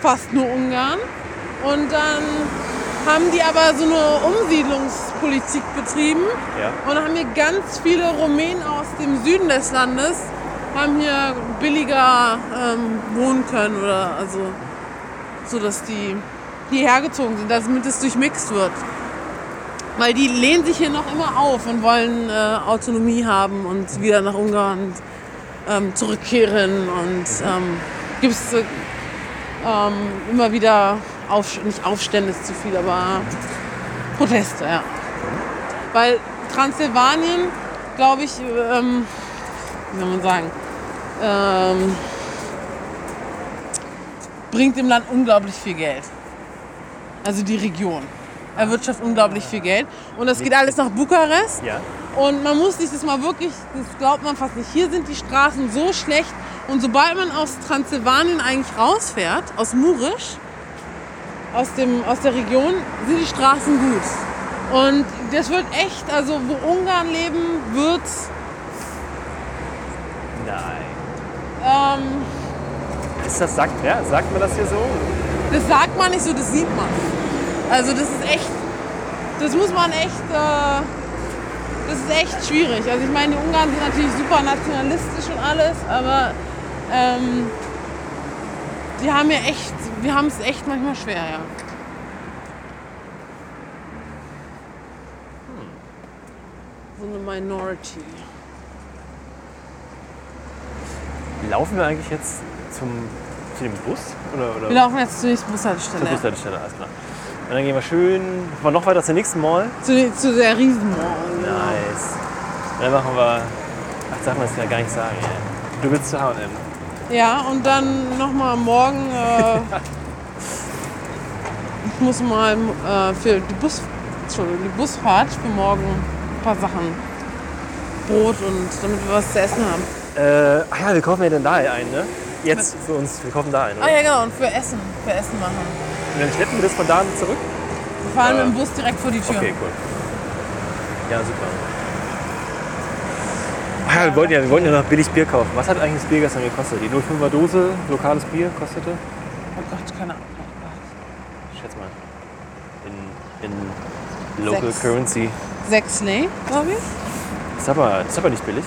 B: fast nur Ungarn. Und dann haben die aber so eine Umsiedlungspolitik betrieben
A: Ja.
B: und haben hier ganz viele Rumänen aus dem Süden des Landes haben hier billiger ähm, wohnen können oder also so dass die hierher gezogen sind, damit es durchmixt wird. Weil die lehnen sich hier noch immer auf und wollen äh, Autonomie haben und wieder nach Ungarn ähm, zurückkehren und ähm, gibt es äh, ähm, immer wieder auf, nicht Aufstände ist zu viel, aber Proteste, ja. Weil Transsilvanien, glaube ich, ähm, wie soll man sagen, ähm, bringt dem Land unglaublich viel Geld. Also die Region. Erwirtschaftet unglaublich viel Geld. Und das geht alles nach Bukarest.
A: Ja.
B: Und man muss sich das mal wirklich, das glaubt man fast nicht. Hier sind die Straßen so schlecht. Und sobald man aus Transsilvanien eigentlich rausfährt, aus Murisch, aus, dem, aus der Region, sind die Straßen gut. Und das wird echt, also wo Ungarn leben, wird
A: Nein.
B: ähm,
A: Ist das, sagt, ja, sagt man das hier so?
B: Das sagt man nicht so, das sieht man. Also das ist echt, das muss man echt, äh, das ist echt schwierig. Also ich meine, die Ungarn sind natürlich super nationalistisch und alles, aber ähm, die haben ja echt, wir haben es echt manchmal schwer, ja. So eine Minority.
A: Laufen wir eigentlich jetzt zum, zu dem Bus? Oder, oder?
B: Wir laufen jetzt zur nächsten
A: Zur
B: Bushaltestelle.
A: Bushaltestelle, alles klar. Und dann gehen wir schön, fahren noch weiter zum nächsten Mall.
B: Zu, zu der Riesenmall. genau.
A: Nice. Und dann machen wir, ach, darf man das ja gar nicht sagen, ey. Du willst zu H&M.
B: Ja, und dann nochmal morgen. Äh, ich muss mal äh, für die, Bus, Entschuldigung, die Busfahrt für morgen ein paar Sachen. Brot und damit wir was zu essen haben.
A: Äh, ach ja, wir kaufen ja dann da ein, ne? Jetzt für uns, wir kaufen da ein, oder?
B: Ah ja, genau, und für Essen. Für Essen machen.
A: Und dann schleppen wir das von da zurück?
B: Wir fahren
A: Äh,
B: mit dem Bus direkt vor die Tür.
A: Okay, cool. Ja, super. Ah, wir, wollten ja, wir wollten ja noch billig Bier kaufen. Was hat eigentlich das Bier gestern gekostet? Die 05er Dose, lokales Bier, kostete?
B: Oh Gott, keine Ahnung.
A: Ich schätze mal. In, in Local
B: Sechs.
A: Currency.
B: Sechs, nee, glaube ich.
A: Das ist, aber, das ist aber nicht billig.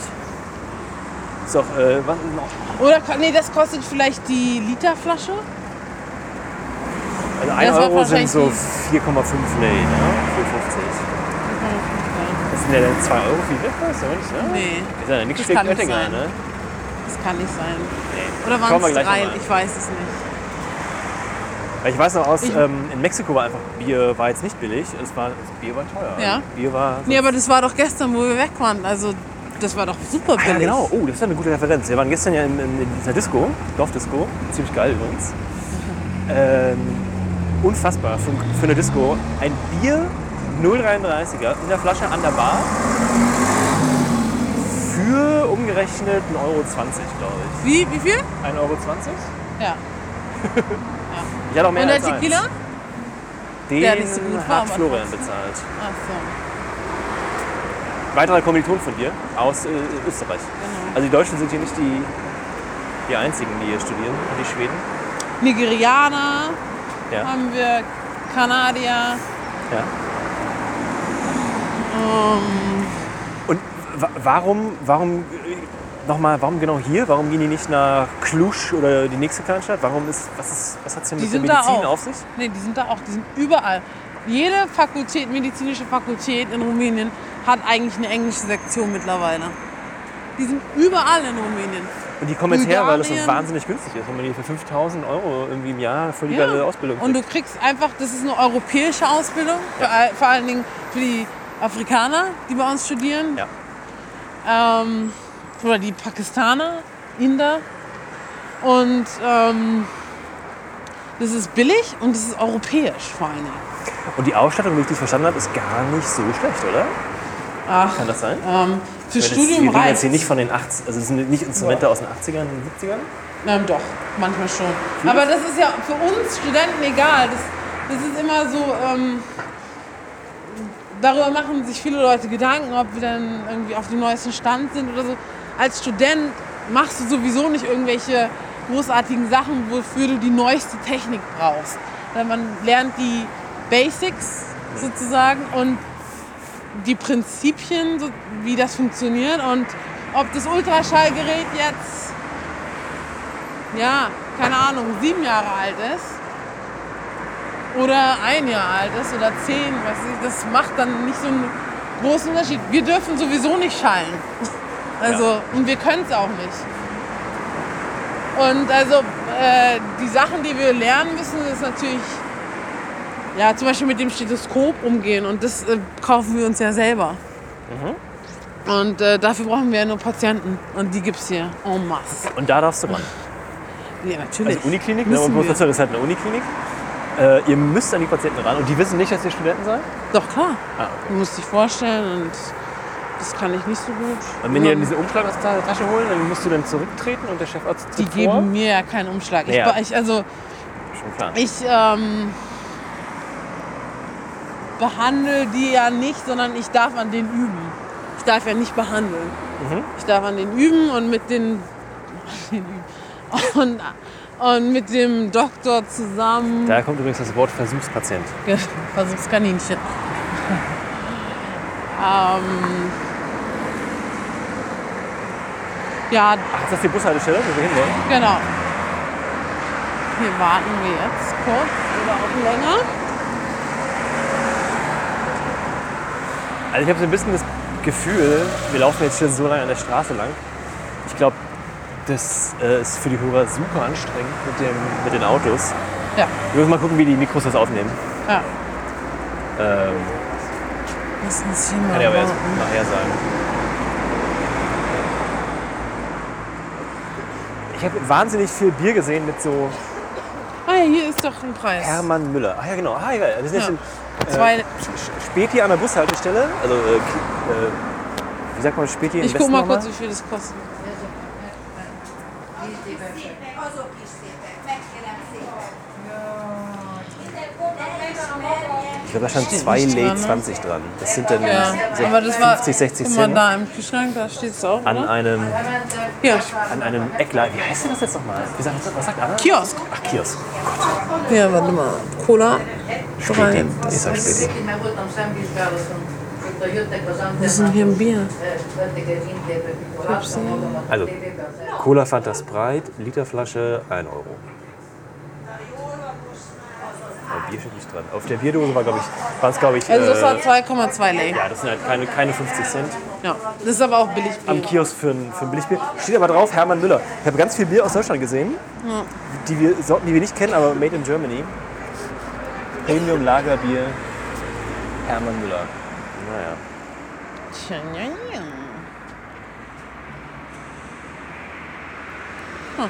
A: Ist auch, äh, was,
B: Oder, ko- nee, das kostet vielleicht die Literflasche.
A: also 1
B: Das war
A: Euro sind
B: wahrscheinlich
A: so
B: die-
A: 4,5 Lei, ne? 4,50. Das sind ja dann 2 Euro für die Wildpreis, oder nicht, ne?
B: Nee,
A: Ist ja nichts
B: Das
A: gegen
B: kann nicht
A: Oettinger,
B: sein.
A: ne?
B: das kann nicht sein.
A: Nee.
B: Oder
A: Kommen
B: waren
A: wir
B: es
A: gleich
B: drei?
A: nochmal.
B: Ich weiß es nicht.
A: Weil Ich weiß noch aus,
B: Ich-
A: ähm, in Mexiko war einfach Bier war jetzt nicht billig, es war, das Bier war teuer. Also
B: Ja.
A: Bier war.
B: Nee, aber das war doch gestern, wo wir weg waren. Also, das war doch super
A: Ah, ja,
B: billig.
A: genau. Oh, das ist ja eine gute Referenz. Wir waren gestern ja in, in, in dieser Disco, Dorfdisco, ziemlich geil übrigens. Ähm, unfassbar für, für eine Disco. Ein Bier 0,33er in der Flasche an der Bar für umgerechnet 1,20 Euro, glaube ich.
B: Wie, wie
A: 1,20
B: viel?
A: Euro?
B: Ja.
A: Ich hatte auch mehr
B: Und der
A: als
B: Tequila?
A: Eins. Den
B: der nicht so gut war,
A: hat
B: aber
A: Florian
B: trotzdem.
A: bezahlt.
B: Ach so.
A: Weiterer Kommiliton von dir aus äh, Österreich.
B: Genau.
A: Also die Deutschen sind hier nicht die, die einzigen, die hier studieren, und die Schweden.
B: Nigerianer
A: Ja.
B: haben wir, Kanadier.
A: ja.
B: Ähm,
A: Und wa- warum, warum nochmal, warum genau hier? Warum gehen die nicht nach Cluj oder die nächste Kleinstadt? Warum ist, was, ist, was hat es denn
B: Die
A: mit der
B: sind da
A: Medizin
B: auch.
A: auf sich?
B: Nee, die sind da auch, die sind überall. Jede Fakultät, medizinische Fakultät in Rumänien hat eigentlich eine englische Sektion mittlerweile. Die sind überall in Rumänien.
A: Und die kommen jetzt her, weil das so
B: Bulgarien.
A: wahnsinnig günstig ist. Wenn man hier für 5000 Euro irgendwie im Jahr voll die
B: Ja.
A: geile Ausbildung
B: Und du
A: kriegt.
B: kriegst einfach, das ist eine europäische Ausbildung, vor, all, vor allen Dingen für die Afrikaner, die bei uns studieren. Ähm, oder die Pakistaner, Inder. Und ähm, das ist billig und das ist europäisch vor allen Dingen.
A: Und die Ausstattung, wie ich das verstanden habe, ist gar nicht so schlecht, oder?
B: Ach,
A: Kann das sein?
B: ähm, für
A: Weil das-
B: Studium
A: Wir reden jetzt
B: reicht.
A: hier nicht von den 80 also das sind nicht Instrumente aus den 80ern und 70ern.
B: Ähm, doch, manchmal schon. Aber das ist ja für uns Studenten egal. Das, das ist immer so, ähm, darüber machen sich viele Leute Gedanken, ob wir dann irgendwie auf dem neuesten Stand sind oder so. Als Student machst du sowieso nicht irgendwelche großartigen Sachen, wofür du die neueste Technik brauchst. Denn man lernt die Basics sozusagen und die Prinzipien, so, wie das funktioniert und ob das Ultraschallgerät jetzt ja, keine Ahnung, sieben Jahre alt ist oder ein Jahr alt ist oder zehn, weiß ich, das macht dann nicht so einen großen Unterschied. Wir dürfen sowieso nicht schallen. Also,
A: Ja.
B: und wir können es auch nicht. Und also, äh, die Sachen, die wir lernen müssen, ist natürlich, ja, zum Beispiel mit dem Stethoskop umgehen und das äh, kaufen wir uns ja selber. Und äh, dafür brauchen wir ja nur Patienten. Und die gibt es hier en masse.
A: Und da darfst du ran.
B: Ja, natürlich.
A: Also Uniklinik, ne?
B: Müssen
A: Und bloß
B: wir.
A: dazu, das ist halt eine Uniklinik. Äh, ihr müsst an die Patienten ran und die wissen nicht, dass ihr Studenten seid.
B: Doch, klar.
A: Ah,
B: Du musst dich vorstellen und das kann ich nicht so gut.
A: Und wenn ihr dann
B: Und
A: diese Umschlag aus der Tasche holen, dann musst du dann zurücktreten und der Chefarzt
B: die
A: tritt vor.
B: geben mir ja keinen Umschlag. Ich,
A: Ja.
B: be- ich, also,
A: Schon klar.
B: ich ähm, behandle die ja nicht, sondern ich darf an denen üben. Ich darf ja nicht behandeln.
A: Mhm.
B: Ich darf an denen üben und mit den. Und, und mit dem Doktor zusammen.
A: Daher kommt übrigens das Wort Versuchspatient.
B: Ge- Versuchskaninchen. ähm, ja,
A: Ach, ist das die Bushaltestelle, wo wir hin wollen?
B: genau. Hier warten wir jetzt kurz oder auch länger.
A: Also ich habe so ein bisschen das Gefühl, wir laufen jetzt hier so lange an der Straße lang. Ich glaube, das äh, ist für die Hörer super anstrengend mit, dem, mit den Autos.
B: Ja,
A: Wir müssen mal gucken, wie die Mikros das aufnehmen.
B: ja.
A: Ähm,
B: Lass uns hier
A: kann ich aber
B: mal
A: erst
B: warten.
A: nachher sagen. Ich habe wahnsinnig viel Bier gesehen mit so
B: Ah ja, hier ist doch ein Preis.
A: Hermann Müller. Ah ja, genau. Ah, ja, wir sind jetzt
B: Ja.
A: in
B: Zwei-
A: äh, Späti an der Bushaltestelle. Also, äh, K- äh, wie sagt man Späti im
B: ich guck
A: Westen
B: mal
A: nochmal?
B: kurz, wie viel das kostet.
C: Szépen, azok is szépek, megkérem szépen. Minden korban megismerjen,
A: glaube, da stand
B: Steht
A: 2
B: nicht
A: Late
B: dran, ne?
A: 20 dran. Das sind dann
B: Ja,
A: sech-
B: aber das war.
A: 50, 60
B: guck mal,
A: Cent
B: da ne? im Kühlschrank, da steht es auch.
A: an
B: oder?
A: einem,
B: Hier.
A: an einem Eckler. Wie heißt denn das jetzt nochmal? Wie sagt, was sagt Anna?
B: Kiosk.
A: Ach, Kiosk.
B: Ja, warte mal. Cola.
A: Späti. Ich sag Späti.
B: Wir sind hier im Bier.
A: Also, Cola Fanta Sprite, Literflasche, 1 Euro. Ja, Bier steht nicht dran. Auf der Bierdose war, glaube ich, waren es, glaube ich,
B: Also das war
A: äh,
B: 2,2 Lay.
A: ja, das sind halt keine, keine 50 Cent.
B: Ja. Das ist aber auch billig
A: Am
B: Bier.
A: Kiosk für ein, für ein Billigbier. Steht aber drauf, Hermann Müller. Ich habe ganz viel Bier aus Deutschland gesehen, die wir, Sorten, die wir nicht kennen, aber made in Germany. Premium Lagerbier, Hermann Müller. Naja.
B: Tja, ja, ja. Hm.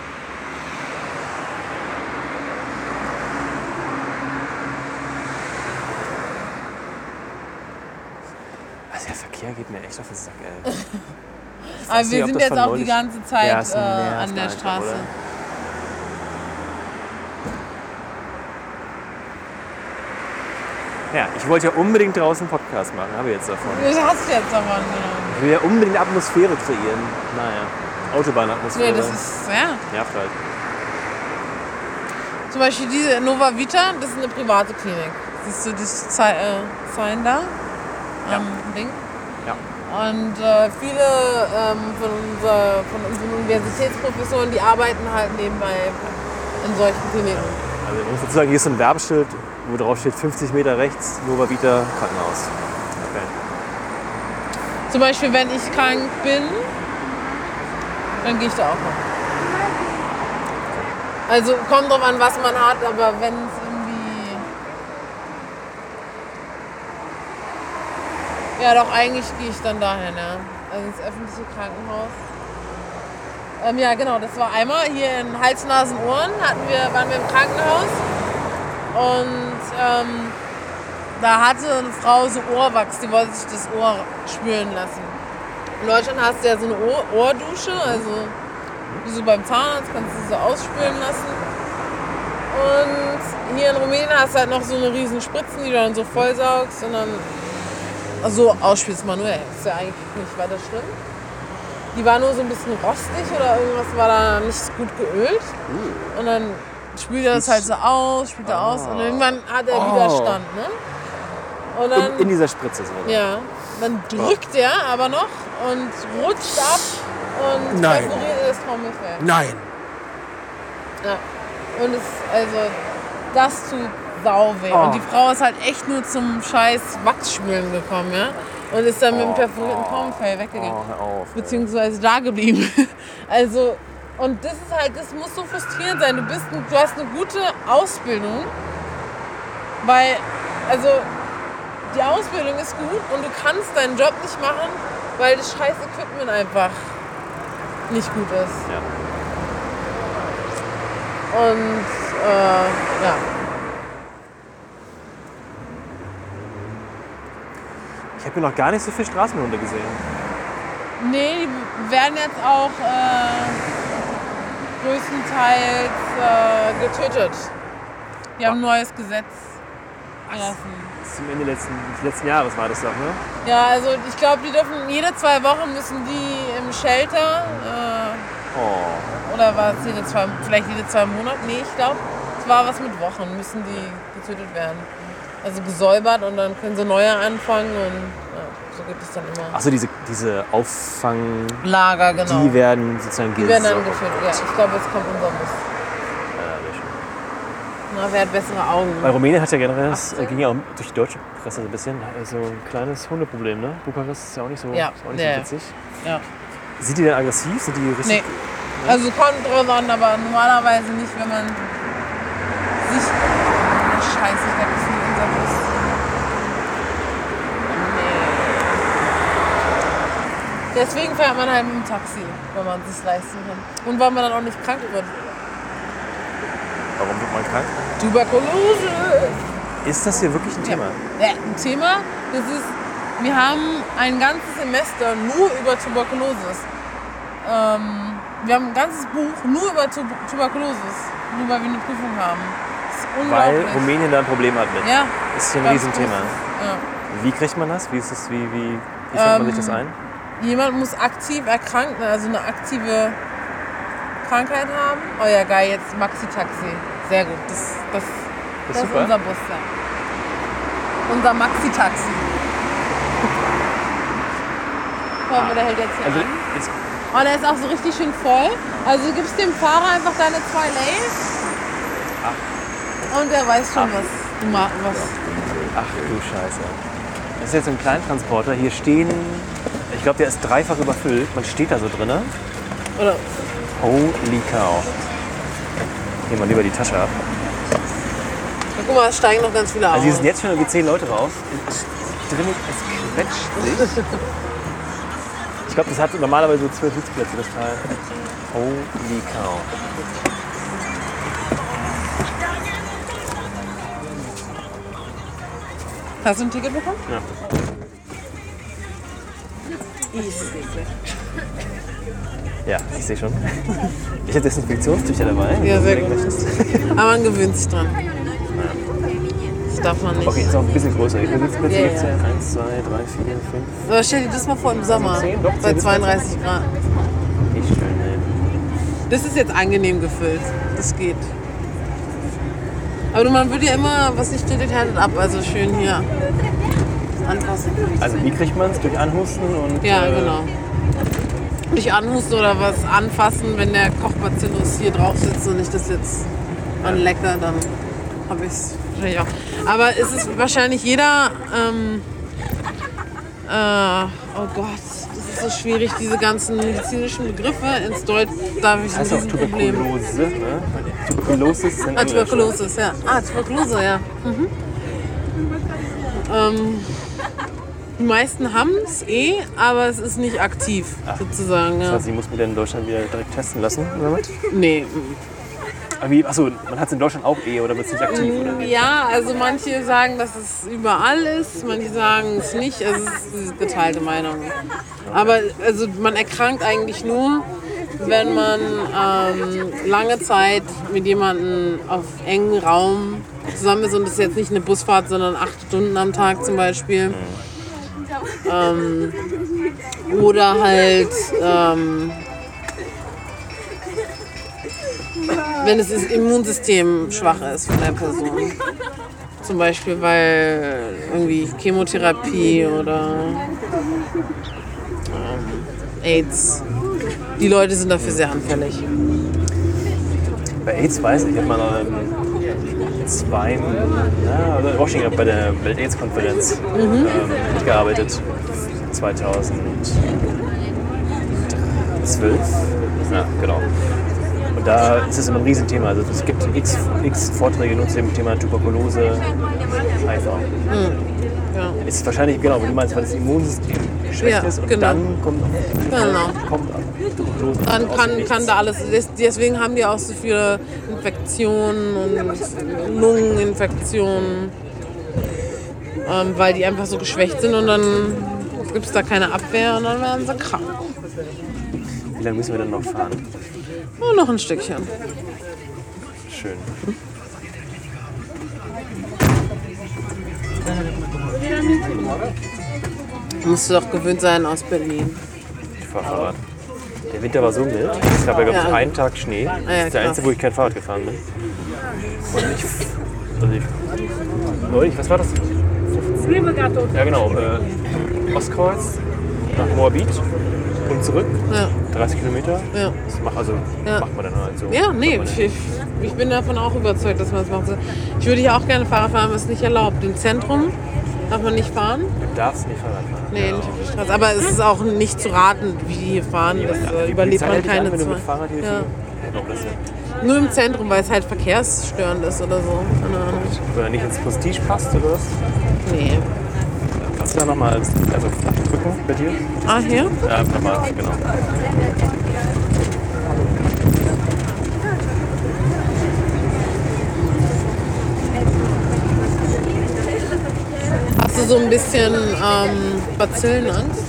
A: Also der Verkehr geht mir echt auf den Sack, ey.
B: Aber
A: nicht,
B: wir
A: ob
B: sind
A: das
B: jetzt
A: von
B: auch die
A: neulich-
B: ganze Zeit
A: es
B: äh,
A: nervt
B: an der
A: einfach,
B: Straße.
A: oder? Ja, ich wollte ja unbedingt draußen einen Podcast machen, habe ich jetzt davon.
B: Das hast du jetzt genau. aber genommen.
A: Ich will ja unbedingt Atmosphäre kreieren. Naja, Autobahnatmosphäre.
B: Nee, das ist, ja.
A: Nervt halt.
B: Zum Beispiel diese Nova Vita, das ist eine private Klinik. Siehst du das Ze äh, Zeichen da? Am Ding?
A: Ja.
B: Und äh, viele ähm, von, unser, von unseren Universitätsprofessoren, die arbeiten halt nebenbei in solchen Kliniken.
A: Also ich muss dazu sagen, hier ist so ein Werbeschild, wo drauf steht 50 Meter rechts, Nova Vita Krankenhaus. Okay.
B: Zum Beispiel, wenn ich krank bin, dann gehe ich da auch noch. Also kommt drauf an, was man hat, aber wenn es irgendwie. Ja, doch, eigentlich gehe ich dann dahin, ja. Also ins öffentliche Krankenhaus. Ähm, ja, genau, das war einmal hier in Hals, Nasen, Ohren hatten wir, waren wir im Krankenhaus. Und ähm, da hatte eine Frau so Ohrwachs, die wollte sich das Ohr spüren lassen. In Deutschland hast du ja so eine Ohr Ohrdusche, also wie so beim Zahnarzt kannst du sie so ausspülen lassen. Und hier in Rumänien hast du halt noch so eine riesen Spritzen, die du dann so vollsaugst und dann so ausspülst manuell. Ist ja eigentlich nicht weiter schlimm. Die war nur so ein bisschen rostig oder irgendwas war da nicht gut geölt. Und dann spült er das halt so aus, spült er aus und irgendwann hat er
A: Oh.
B: Widerstand. Ne? Und dann,
A: In, in dieser Spritze so. oder?
B: Ähm. ja, dann drückt er aber noch und rutscht ab und
A: Nein.
B: perforiert das Trommelfell.
A: Nein!
B: Ja. Und es, also, das tut sau weh.
A: Oh.
B: Und die Frau ist halt echt nur zum scheiß Wachsspülen gekommen, ja? Und ist dann mit
A: Ah.
B: dem perforierten Trommelfell weggegangen.
A: Oh, hör auf. ey.
B: Beziehungsweise da geblieben. Also, und das ist halt, das muss so frustrierend sein. Du bist, ein- du hast eine gute Ausbildung, weil, also, die Ausbildung ist gut und du kannst deinen Job nicht machen, weil das scheiß Equipment einfach nicht gut ist.
A: Ja.
B: Und äh, ja.
A: Ich habe hier noch gar nicht so viel Straßenhunde gesehen.
B: Nee, die werden jetzt auch äh, größtenteils äh, getötet. Die haben ein neues Gesetz erlassen.
A: Zum Ende letzten, des letzten Jahres war das doch, ne?
B: Ja, also ich glaube, die dürfen jede zwei Wochen müssen die im Shelter
A: Oh.
B: äh, oder war es jede zwei, vielleicht jede zwei Monate? Nee, ich glaube, es war was mit Wochen, müssen die getötet werden. Also gesäubert und dann können sie neue anfangen und ja, so gibt es dann immer.
A: Achso, diese, diese Auffang...
B: Lager, genau.
A: Die werden sozusagen
B: Die werden dann geführt. Mhm. Ja, ich glaube, jetzt kommt unser Bus. Na, wer hat bessere Augen?
A: Weil Rumänien hat ja generell, das äh, ging ja auch durch die deutsche Presse so ein bisschen, äh, so ein kleines Hundeproblem, ne? Bukarest ist ja auch nicht so,
B: Ja,
A: ist auch nicht
B: ja, ja.
A: so witzig.
B: Ja.
A: Sind die denn aggressiv? Sind die richtig?
B: Nee. Also kommt drauf an, aber normalerweise nicht, wenn man sich. Oh, Scheiße, ich glaube, das ist nicht unser Bus. Nee. Deswegen fährt man halt mit dem Taxi, wenn man es sich leisten kann. Und weil man dann auch nicht krank wird.
A: Warum wird man krank?
B: Tuberkulose!
A: Ist das hier wirklich ein Thema?
B: Ja, ein Thema, das ist, wir haben ein ganzes Semester nur über Tuberkulose. Ähm, wir haben ein ganzes Buch nur über Tub Tuberkulose, nur weil wir eine Prüfung haben. Das ist
A: Weil
B: unglaublich.
A: Rumänien da ein Problem hat mit.
B: ja,
A: ist hier ein
B: Ganz
A: Riesenthema.
B: Ja.
A: Wie kriegt man das? Wie, ist das? wie, wie, wie fängt man sich
B: Ähm,
A: das ein?
B: Jemand muss aktiv erkranken, also eine aktive Krankheit haben. Oh ja, geil, jetzt Maxi-Taxi. Sehr gut. Das, das, das, ist
A: super.
B: unser Bus da. Unser Maxi-Taxi. Guck mal, der hält jetzt hier
A: Also,
B: an.
A: jetzt,
B: Oh, der ist auch so richtig schön voll. Also du gibst dem Fahrer einfach deine zwei Lanes. Und er weiß schon, was du machst. Was.
A: ach du Scheiße. Das ist jetzt so ein Kleintransporter. Hier stehen, ich glaube, der ist dreifach überfüllt. Man steht da so drinne.
B: Oder
A: Holy cow. Nehmen wir lieber die Tasche ab.
B: guck mal, es steigen noch ganz viele aus.
A: Also hier sind jetzt schon irgendwie zehn Leute raus. Es, es, drin, es quetscht sich. Ich glaube, das hat normalerweise so zwölf Sitzplätze, das Teil. Holy cow.
B: Hast du ein Ticket bekommen?
A: Ja.
B: Easy.
A: Ja, ich sehe schon. Ich habe Desinfektionstücher dabei.
B: Ja, sehr
A: Unbedingt möchtest.
B: Aber man gewöhnt sich dran. Das darf man nicht.
A: Okay, ist auch ein bisschen größer. Wie viele Sitzplätze
B: Ja,
A: gibt es
B: ja.
A: hier? Eins, zwei, drei, vier, fünf.
B: Aber stell dir das mal vor im Sommer.
A: zehn, doch,
B: Bei
A: zehn ist
B: 32 Grad.
A: Nicht schön, ey.
B: Das ist jetzt angenehm gefüllt. Das geht. Aber man würde ja immer, was nicht steht, hält ab. Also schön hier anpassen.
A: Also wie kriegt man es? Durch Anhusten und...
B: Ja,
A: äh,
B: genau. Nicht anhusten oder was anfassen, wenn der Kochbazillus hier drauf sitzt und ich das jetzt anlecke, dann habe ich es wahrscheinlich auch. Aber es ist wahrscheinlich jeder. Ähm, äh, oh Gott, das ist so schwierig, diese ganzen medizinischen Begriffe ins Deutsch. Da habe ich ein
A: Heißt auch
B: Riesenproblem.
A: Tuberkulose, ne? Tuberkulose ist in
B: Ah,
A: Englisch.
B: Tuberkulose, ja. Ah, Tuberkulose, ja. Mhm. Ähm, die meisten haben es eh, aber es ist nicht aktiv, sozusagen.
A: Das
B: Ja.
A: heißt, ich muss mir dann in Deutschland wieder direkt testen lassen, oder was?
B: Nee. mm.
A: Aber wie, achso, man hat es in Deutschland auch eh, oder wird es nicht
B: Mm,
A: aktiv, oder wie?
B: Ja, also manche sagen, dass es überall ist, manche sagen es nicht. Also es ist geteilte Meinung. Aber also man erkrankt eigentlich nur, wenn man ähm, lange Zeit mit jemandem auf engen Raum zusammen ist und das ist jetzt nicht eine Busfahrt, sondern acht Stunden am Tag zum Beispiel. Ähm, oder halt ähm, wenn es das Immunsystem schwach ist von der Person. Zum Beispiel, weil irgendwie Chemotherapie oder ähm, AIDS. Die Leute sind dafür sehr anfällig.
A: Bei AIDS weiß ich, ich habe mal ähm, zwei, na, also in Washington bei der Welt-AIDS-Konferenz ähm, mitgearbeitet. 2012. Ja, genau. Und da ist es immer ein Riesenthema. Also es gibt x, x Vorträge nur zu dem Thema Tuberkulose, HIV.
B: Hm, Ja.
A: Ist wahrscheinlich, genau, wie du meinst, weil das Immunsystem geschwächt
B: Ja,
A: ist und
B: genau.
A: dann kommt,
B: Genau.
A: kommt Tuberkulose.
B: Dann
A: aus dem
B: kann,
A: Nichts.
B: kann da alles. des- Deswegen haben die auch so viele Infektionen und Lungeninfektionen, ähm, weil die einfach so geschwächt sind und dann gibt es da keine Abwehr und dann werden sie krank.
A: Wie lange müssen wir denn noch fahren?
B: Nur noch ein Stückchen.
A: Schön.
B: Musst du doch gewöhnt sein aus Berlin.
A: Ich fahr Fahrrad. Der Winter war so mild. Es gab ja, glaube ich,
B: Ja.
A: einen Tag Schnee. Das
B: ja,
A: ist der
B: krass.
A: einzige, wo ich kein Fahrrad gefahren bin. Und ich, also ich, neulich, was war das? Ja, genau. Äh, Ostkreuz nach Moabit und zurück.
B: Ja,
A: 30 Kilometer.
B: ja.
A: Das mach, also,
B: Ja.
A: macht man dann halt so.
B: ja nee, ich, ich- ich bin davon auch überzeugt, dass man es macht. Ich würde hier auch gerne Fahrrad fahren, aber es ist nicht erlaubt. Im Zentrum darf man nicht fahren.
A: Du darfst nicht Fahrrad fahren.
B: Nee, nicht auf der Straße. Aber es ist auch nicht zu raten, wie die hier fahren. Das äh,
A: Die
B: überlebt
A: Polizei
B: man
A: hält dich
B: keine
A: an, wenn du
B: zwei.
A: mit Fahrrad hier
B: Ja.
A: Ich glaub, das ja.
B: Nur im Zentrum, weil es halt verkehrsstörend ist oder so. Keine Ahnung.
A: Wenn er nicht ins Prestige passt oder was?
B: Nee.
A: Kannst du da nochmal, also drücken bei dir?
B: Ah, hier?
A: Ja, nochmal, genau.
B: Hast du so ein bisschen ähm, Bazillenangst?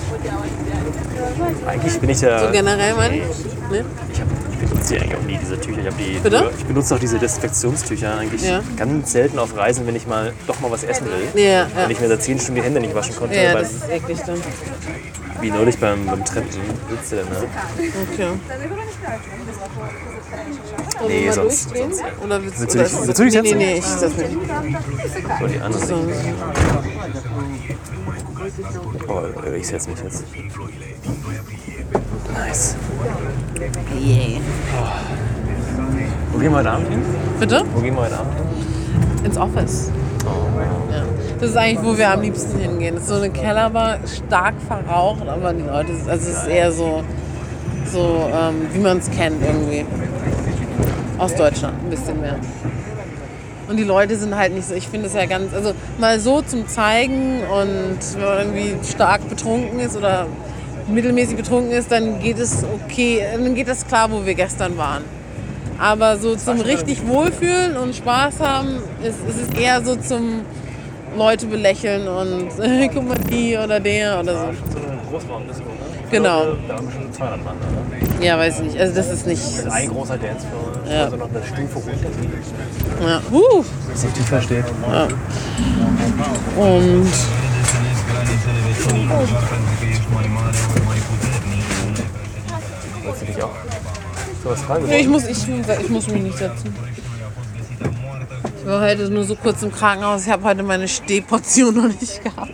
A: Eigentlich bin ich ja.
B: So generell, meine ich? Nee?
A: Ich hab, benutze die eigentlich auch nie, diese Tücher. Ich, hab die,
B: Bitte?
A: ich benutze auch diese Desinfektionstücher eigentlich
B: Ja.
A: ganz selten auf Reisen, wenn ich mal doch mal was essen will.
B: Ja, ja.
A: Wenn ich mir seit 10 Stunden die Hände nicht waschen konnte,
B: Ja,
A: beim,
B: das ist eklig dann.
A: wie neulich beim, beim Treppen. Sitze, ne?
B: Okay.
A: Nee,
B: mal
A: sonst-
B: durchdrehen? Oder willst,
A: Willst du dich-
B: oder-
A: willst du dich
B: nee, nee,
A: setzen?
B: nee, ich setze mich.
A: Aber die anderen
B: So.
A: nicht. Oh, äh, ich setze mich jetzt. Nice. Wo gehen wir heute Abend hin?
B: Bitte?
A: Wo gehen wir heute Abend hin?
B: Ins Office. Ja. Das ist eigentlich, wo wir am liebsten hingehen. Das ist so eine Kellerbar, stark verraucht, aber die Leute, also es ist eher so, so ähm, wie man es kennt irgendwie. Aus Deutschland ein bisschen mehr. Und die Leute sind halt nicht so, ich finde es ja ganz, also mal so zum Zeigen und wenn man irgendwie stark betrunken ist oder mittelmäßig betrunken ist, dann geht es okay, dann geht das klar, wo wir gestern waren. Aber so zum richtig wohlfühlen und Spaß haben, ist, ist es eher so zum Leute belächeln und guck mal die oder der oder so.
A: So eine Großraumdisco, ne?
B: Genau.
A: Da haben wir schon 200 Mann,
B: Ja, weiß nicht. Also das ist nicht. Das,
A: Ein großer Dancefloor,
B: Ja.
A: also noch eine Stufe runter.
B: ja. uh,
A: Dass ich tiefer steht.
B: und
A: Willst du dich auch sowas fragen?
B: Nee, ich muss, ich, ich muss mich nicht setzen. Ich war heute nur so kurz im Krankenhaus. Ich habe heute meine Stehportion noch nicht gehabt.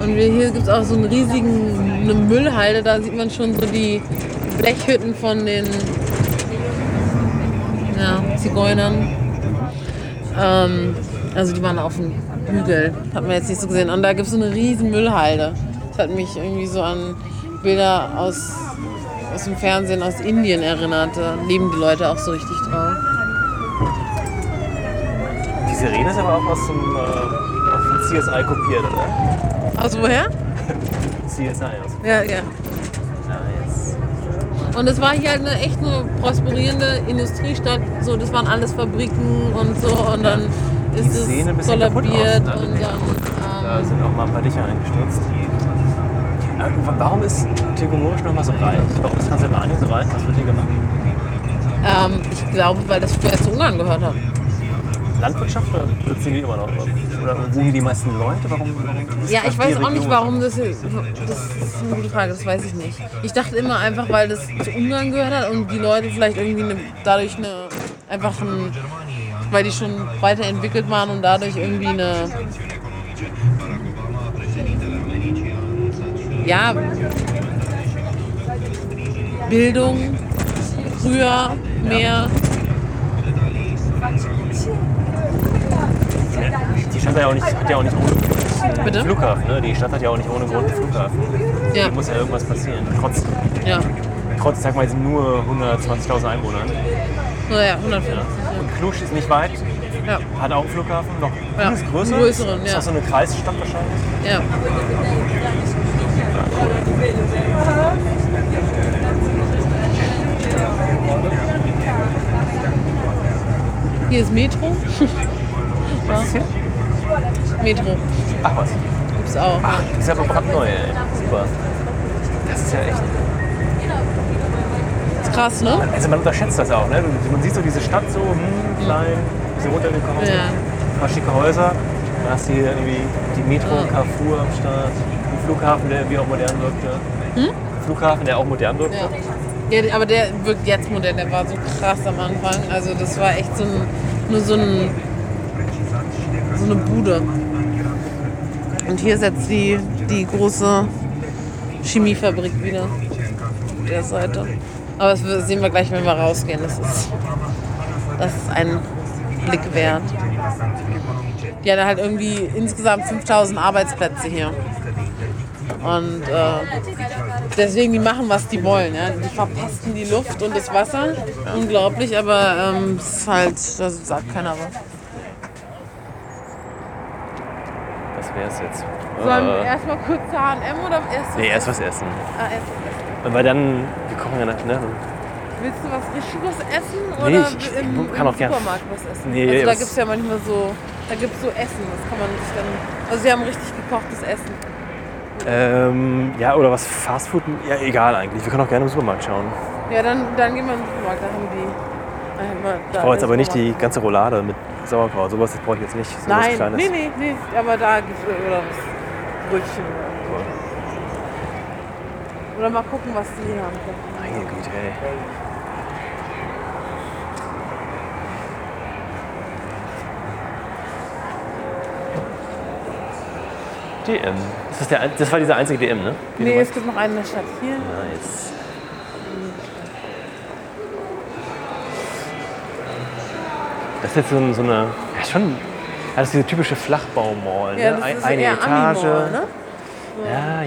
B: Und wir, hier gibt es auch so einen riesigen eine Müllhalde. Da sieht man schon so die Blechhütten von den ja, Zigeunern. Ähm, also die waren auf dem Hügel, hat man jetzt nicht so gesehen. Und da gibt es so eine riesen Müllhalde. Das hat mich irgendwie so an Bilder aus, aus dem Fernsehen aus Indien erinnert. Da leben die Leute auch so richtig drauf.
A: Die Sirene ist aber auch aus dem äh, aus dem CSI kopiert, oder?
B: Aus woher?
A: CSI aus.
B: Ja, ja.
A: Nice.
B: Und es war hier halt eine echt eine prosperierende Industriestadt. So, das waren alles Fabriken und so. Und dann ist
A: sehen ein
B: es
A: bisschen kaputt
B: kollabiert
A: aus, ne?
B: und dann.
A: Da
B: Ähm,
A: sind auch mal ein paar Dächer eingestürzt. Ähm, Warum ist Tegomorisch noch mal so reich? Warum ist Transsilvanien so reich? Was wird hier gemacht?
B: ähm, ich glaube, weil das früher zu Ungarn gehört hat.
A: Landwirtschaft oder sitzen die immer noch? Oder wo hier die meisten Leute? Warum? warum ist
B: Ja,
A: das
B: ich
A: die
B: weiß auch
A: Region?
B: nicht, warum das hier. Das ist eine gute Frage, das weiß ich nicht. Ich dachte immer einfach, weil das zu Ungarn gehört hat und die Leute vielleicht irgendwie eine, dadurch eine. einfach ein. weil die schon weiterentwickelt waren und dadurch irgendwie eine. Ja. Bildung früher mehr.
A: Die Stadt hat ja auch nicht, hat ja auch nicht ohne Grund
B: Bitte?
A: einen Flughafen. Ne? Die Stadt hat ja auch nicht ohne Grund einen Flughafen.
B: Ja.
A: Hier muss ja irgendwas passieren. Trotz,
B: Ja.
A: trotz sag mal, jetzt nur 120.000 Einwohnern.
B: Naja, 150.
A: Und Cluj ist nicht weit,
B: Ja.
A: hat auch einen Flughafen, noch
B: Ja,
A: ist größer.
B: einen größeren,
A: Ist
B: ja.
A: auch so eine Kreisstadt wahrscheinlich.
B: Ja. ja. Hier ist Metro.
A: Was ist hier?
B: Metro
A: Ach was.
B: gibt's auch.
A: Ach, die ist aber brandneu, ey. Super. Das ist ja echt.
B: Ist krass, ne?
A: Also man unterschätzt das auch, ne? Man sieht so diese Stadt so, hm, klein, bisschen runtergekommen,
B: Ja.
A: ein paar schicke Häuser. Dann hast du hier irgendwie die Metro, Carrefour am Start, einen Flughafen, der irgendwie auch modern wirkte. Flughafen, der auch modern wirkte.
B: Hm? Ja. ja. Aber der wirkt jetzt modern, der war so krass am Anfang. Also das war echt so ein, nur so, ein, so eine Bude. Und hier ist jetzt die, die große Chemiefabrik wieder auf der Seite. Aber das wir- sehen wir gleich, wenn wir rausgehen. Das ist, das ist ein Blick wert. Die hat halt irgendwie insgesamt 5000 Arbeitsplätze hier. Und äh, deswegen, die machen, was die wollen. Ja? Die verpesten die Luft und das Wasser. Unglaublich, aber ähm, es ist halt, das sagt keiner was.
A: Das wäre es jetzt.
B: Sollen wir
A: Äh,
B: erstmal kurz zu H&M oder erst
A: nee, erst was essen.
B: Ah, erst-
A: Weil dann, wir kochen ja nach, ne?
B: Willst du was Richtiges essen oder
A: Nee, ich- ich
B: im,
A: kann
B: im
A: auch gern-
B: Supermarkt was essen?
A: Nee,
B: also da
A: was-
B: gibt es ja manchmal so, da gibt es so Essen, das kann man sich dann, also sie haben richtig gekochtes Essen.
A: Ähm, ja, oder was Fastfood? Ja, egal eigentlich. Wir können auch gerne im Supermarkt schauen.
B: Ja, dann, dann gehen wir in den Supermarkt. Da haben die. da haben wir- da
A: Ich brauche jetzt
B: ist
A: aber nicht
B: Supermarkt.
A: die ganze Roulade mit Sauerkraut. Sowas brauche ich jetzt nicht. So was
B: Nein,
A: Kleines.
B: nee, nee, nee. Aber da gibt es oder was Brötchen. Oder, so. oder mal gucken, was die hier haben.
A: Meine Güte, ey. DM. Ist das, der, ein- das war dieser einzige DM, ne? Die
B: Nee,
A: du
B: es gibt noch eine in der Stadt hier.
A: meinst? Nice. Das ist jetzt so, ein- so eine. Ja, schon. Ja, das ist diese typische Flachbaumall.
B: Ja,
A: ne?
B: das
A: Ein-
B: ist
A: eine
B: eher
A: Etage.
B: Ami-Mall, ne?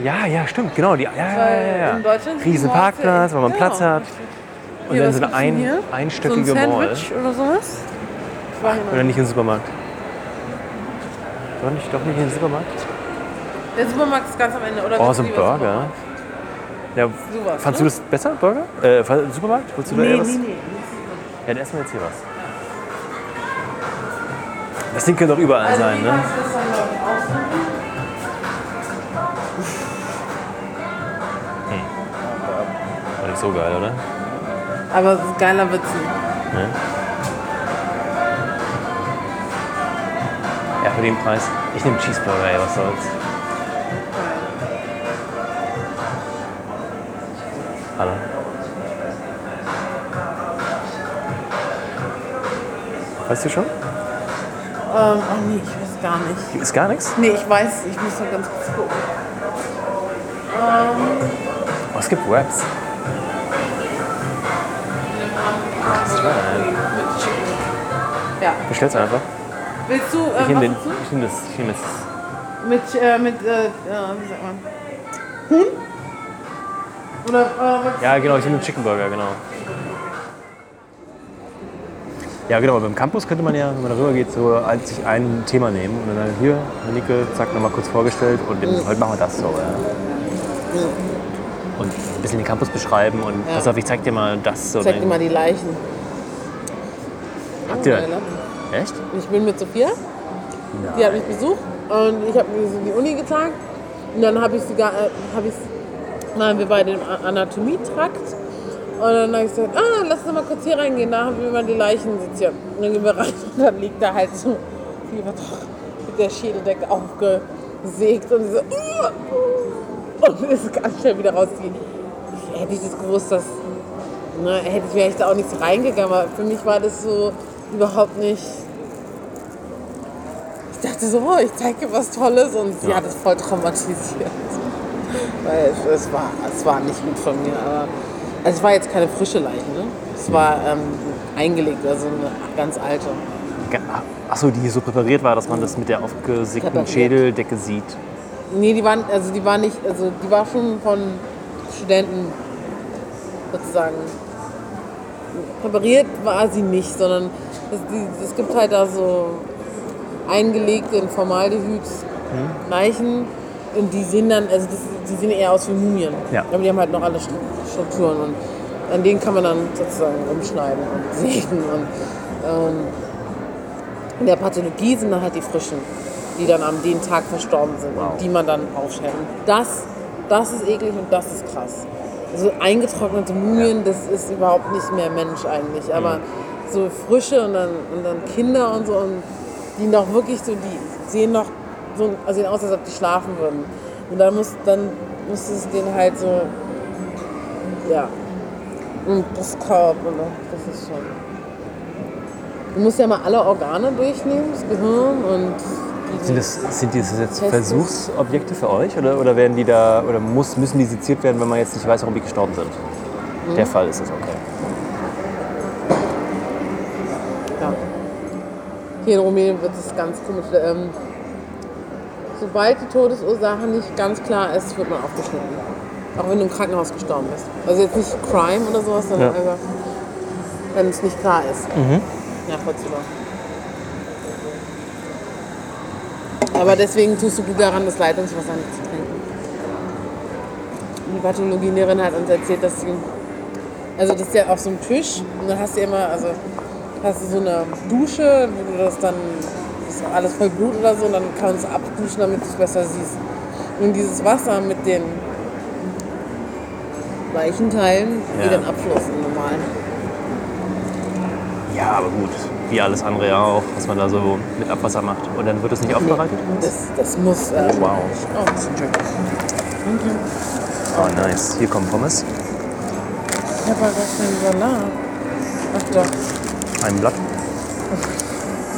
A: Ja, ja, ja, stimmt, genau. Die, ja, ja,
B: Weil
A: ja, ja.
B: in Deutschland sind
A: Riesen
B: die Malls ja
A: Parkplatz,
B: echt-
A: weil man
B: genau,
A: Platz hat. Und
B: Hier,
A: dann
B: was
A: so eine
B: gibt's denn
A: ein,
B: hier?
A: einstöckige
B: so ein
A: Mall.
B: Sandwich oder sowas? Ich war hier noch
A: Oder
B: nicht.
A: nicht in den Supermarkt? Doch nicht, doch nicht in den Supermarkt?
B: Der Supermarkt ist ganz am Ende. Oder
A: Oh,
B: willst
A: so
B: du
A: ein
B: lieber
A: Burger. Ja,
B: Sowas,
A: fandst
B: ne?
A: du das besser, Burger? Äh, fa- Supermarkt? Wolltest du da eher
B: Supermarkt?
A: was?
B: Nee, nee, nee.
A: Ja, dann essen wir jetzt hier was. Das Ding könnte doch überall
B: Also,
A: sein,
B: wie
A: ne?
B: kannst du das dann noch aussuchen?
A: War nicht so geil, oder?
B: Aber es ist geiler Witz. nicht.
A: Ne? Ja, für den Preis. Ich nehme Cheeseburger, ey, was soll's. Hallo. Weißt du schon?
B: Ähm, oh nee, ich weiß gar nicht.
A: Ist gar nichts?
B: Nee, ich weiß, ich muss noch ganz kurz gucken.
A: Oh, es gibt Wraps.
B: Ja.
A: Bestell's einfach.
B: Willst du,
A: Ich
B: äh,
A: nehme
B: was
A: den.
B: willst du?
A: Ich nehme das. Ich nehme das.
B: Mit, äh, mit, äh, äh, wie sagt man? Huhn? Oder, äh, was?
A: Ja, genau, ich nehme den Chicken Burger, genau. Ja, genau, beim Campus könnte man ja, wenn man darüber geht, so ein- sich ein Thema nehmen und dann sagen, hier, Herr Nicke, zack, nochmal kurz vorgestellt und dann, heute machen wir das so. Ja. Und ein bisschen den Campus beschreiben und pass auf, ich zeig dir mal das. So ne?
B: Zeig dir mal die Leichen.
A: Habt ihr-
B: Geil, ne?
A: Echt?
B: Ich bin mit Sophia, die hat mich besucht und ich habe mir so die Uni getagt. Und dann habe ich sogar, äh, habe ich, waren wir bei dem A- Anatomietrakt. Und dann habe ich gesagt, ah, lass uns mal kurz hier reingehen, da haben wir mal die Leichen sitzen. Und dann gehen wir rein und dann liegt da halt so, die war doch mit der Schädeldecke aufgesägt und so, uh, uh, und ist ganz schnell wieder rausgegangen. Ich- Hätte ich das gewusst, dass, ne, hätte ich vielleicht da auch nicht so reingegangen, aber für mich war das so überhaupt nicht ich dachte so, oh, ich zeige dir was Tolles und sie
A: Ja.
B: hat es voll traumatisiert. Weil es, es, war, es war nicht gut von mir. Aber, also es war jetzt keine frische Leiche, ne? Es war ähm, eingelegt, also eine ganz alte.
A: Achso, die so präpariert war, dass man das mit der aufgesickten
B: Präpariert.
A: Schädeldecke sieht.
B: Nee, die waren, also die war nicht, also die war schon von Studenten sozusagen präpariert war sie nicht, sondern es, die, es gibt halt da so eingelegte in Formaldehyd Leichen und die sehen dann, also das, die sehen eher aus wie Mumien.
A: Ja.
B: Aber die haben halt noch alle Stru- Strukturen und an denen kann man dann sozusagen umschneiden und sägen und ähm, in der Pathologie sind dann halt die frischen, die dann am den Tag verstorben sind und die man dann aufschneidet. Und Das, das ist eklig und das ist krass. Also eingetrocknete Mumien, das ist überhaupt nicht mehr Mensch eigentlich. Aber so frische und dann, und dann Kinder und so, und die noch wirklich so, die sehen noch so also sehen aus, als ob die schlafen würden. Und dann muss dann muss es denen halt so, ja, und das Korb und das das ist schon. Du musst ja mal alle Organe durchnehmen, das Gehirn und die-
A: Sind das, sind das jetzt
B: Testes.
A: Versuchsobjekte für euch oder, oder werden die da oder muss, müssen die seziert werden, wenn man jetzt nicht weiß, warum die gestorben sind? Der Fall ist es, okay.
B: Ja. Hier in Rumänien wird es ganz komisch. Ähm, sobald die Todesursache nicht ganz klar ist, wird man aufgeschnitten. Auch wenn du im Krankenhaus gestorben bist. Also jetzt nicht Crime oder sowas, sondern
A: Ja.
B: einfach, wenn es nicht klar ist. Nachvollziehbar. Aber deswegen tust du gut daran, das Leitungswasser nicht zu trinken. Die Pathologielehrerin hat uns erzählt, dass sie also das ist ja auf so einem Tisch und dann hast du immer, also hast du so eine Dusche, wo du das dann ist alles voll Blut oder so und dann kannst du es abduschen, damit du es besser siehst. Und dieses Wasser mit den weichen Teilen, die
A: Ja.
B: dann abflossen normal.
A: Ja, aber gut. Wie alles andere ja auch, was man da so mit Abwasser macht. Und dann wird es nicht aufbereitet?
B: Das, das muss. Ähm,
A: Wow.
B: oh, Entschuldigung.
A: Oh, nice. Hier kommen Pommes.
B: Ich habe aber gar keinen Salat. Ach doch,
A: Ein Blatt.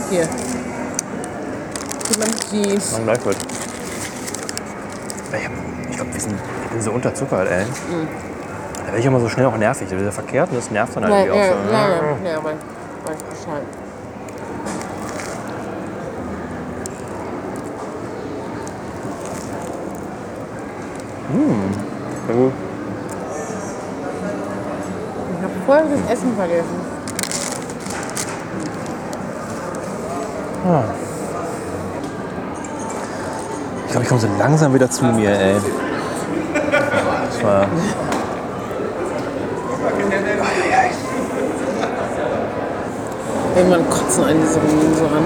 B: hier. Gib mal die.
A: Mein Gleichwohl. Ich, hab- ich glaube, wir sind ich bin so unterzuckert, ey. Da werde ich immer so schnell auch nervig. Da wird ja verkehrt und das nervt dann halt
B: Nein,
A: irgendwie
B: ja,
A: auch so. ne?
B: ja, ja, ja, weil weil ich Bescheid.
A: Sehr gut.
B: Ich habe vorher das Essen vergessen.
A: Ich glaube, ich komme so langsam wieder zu mir, ey. Das war.
B: Irgendwann kotzen einen diese Ruinen so an.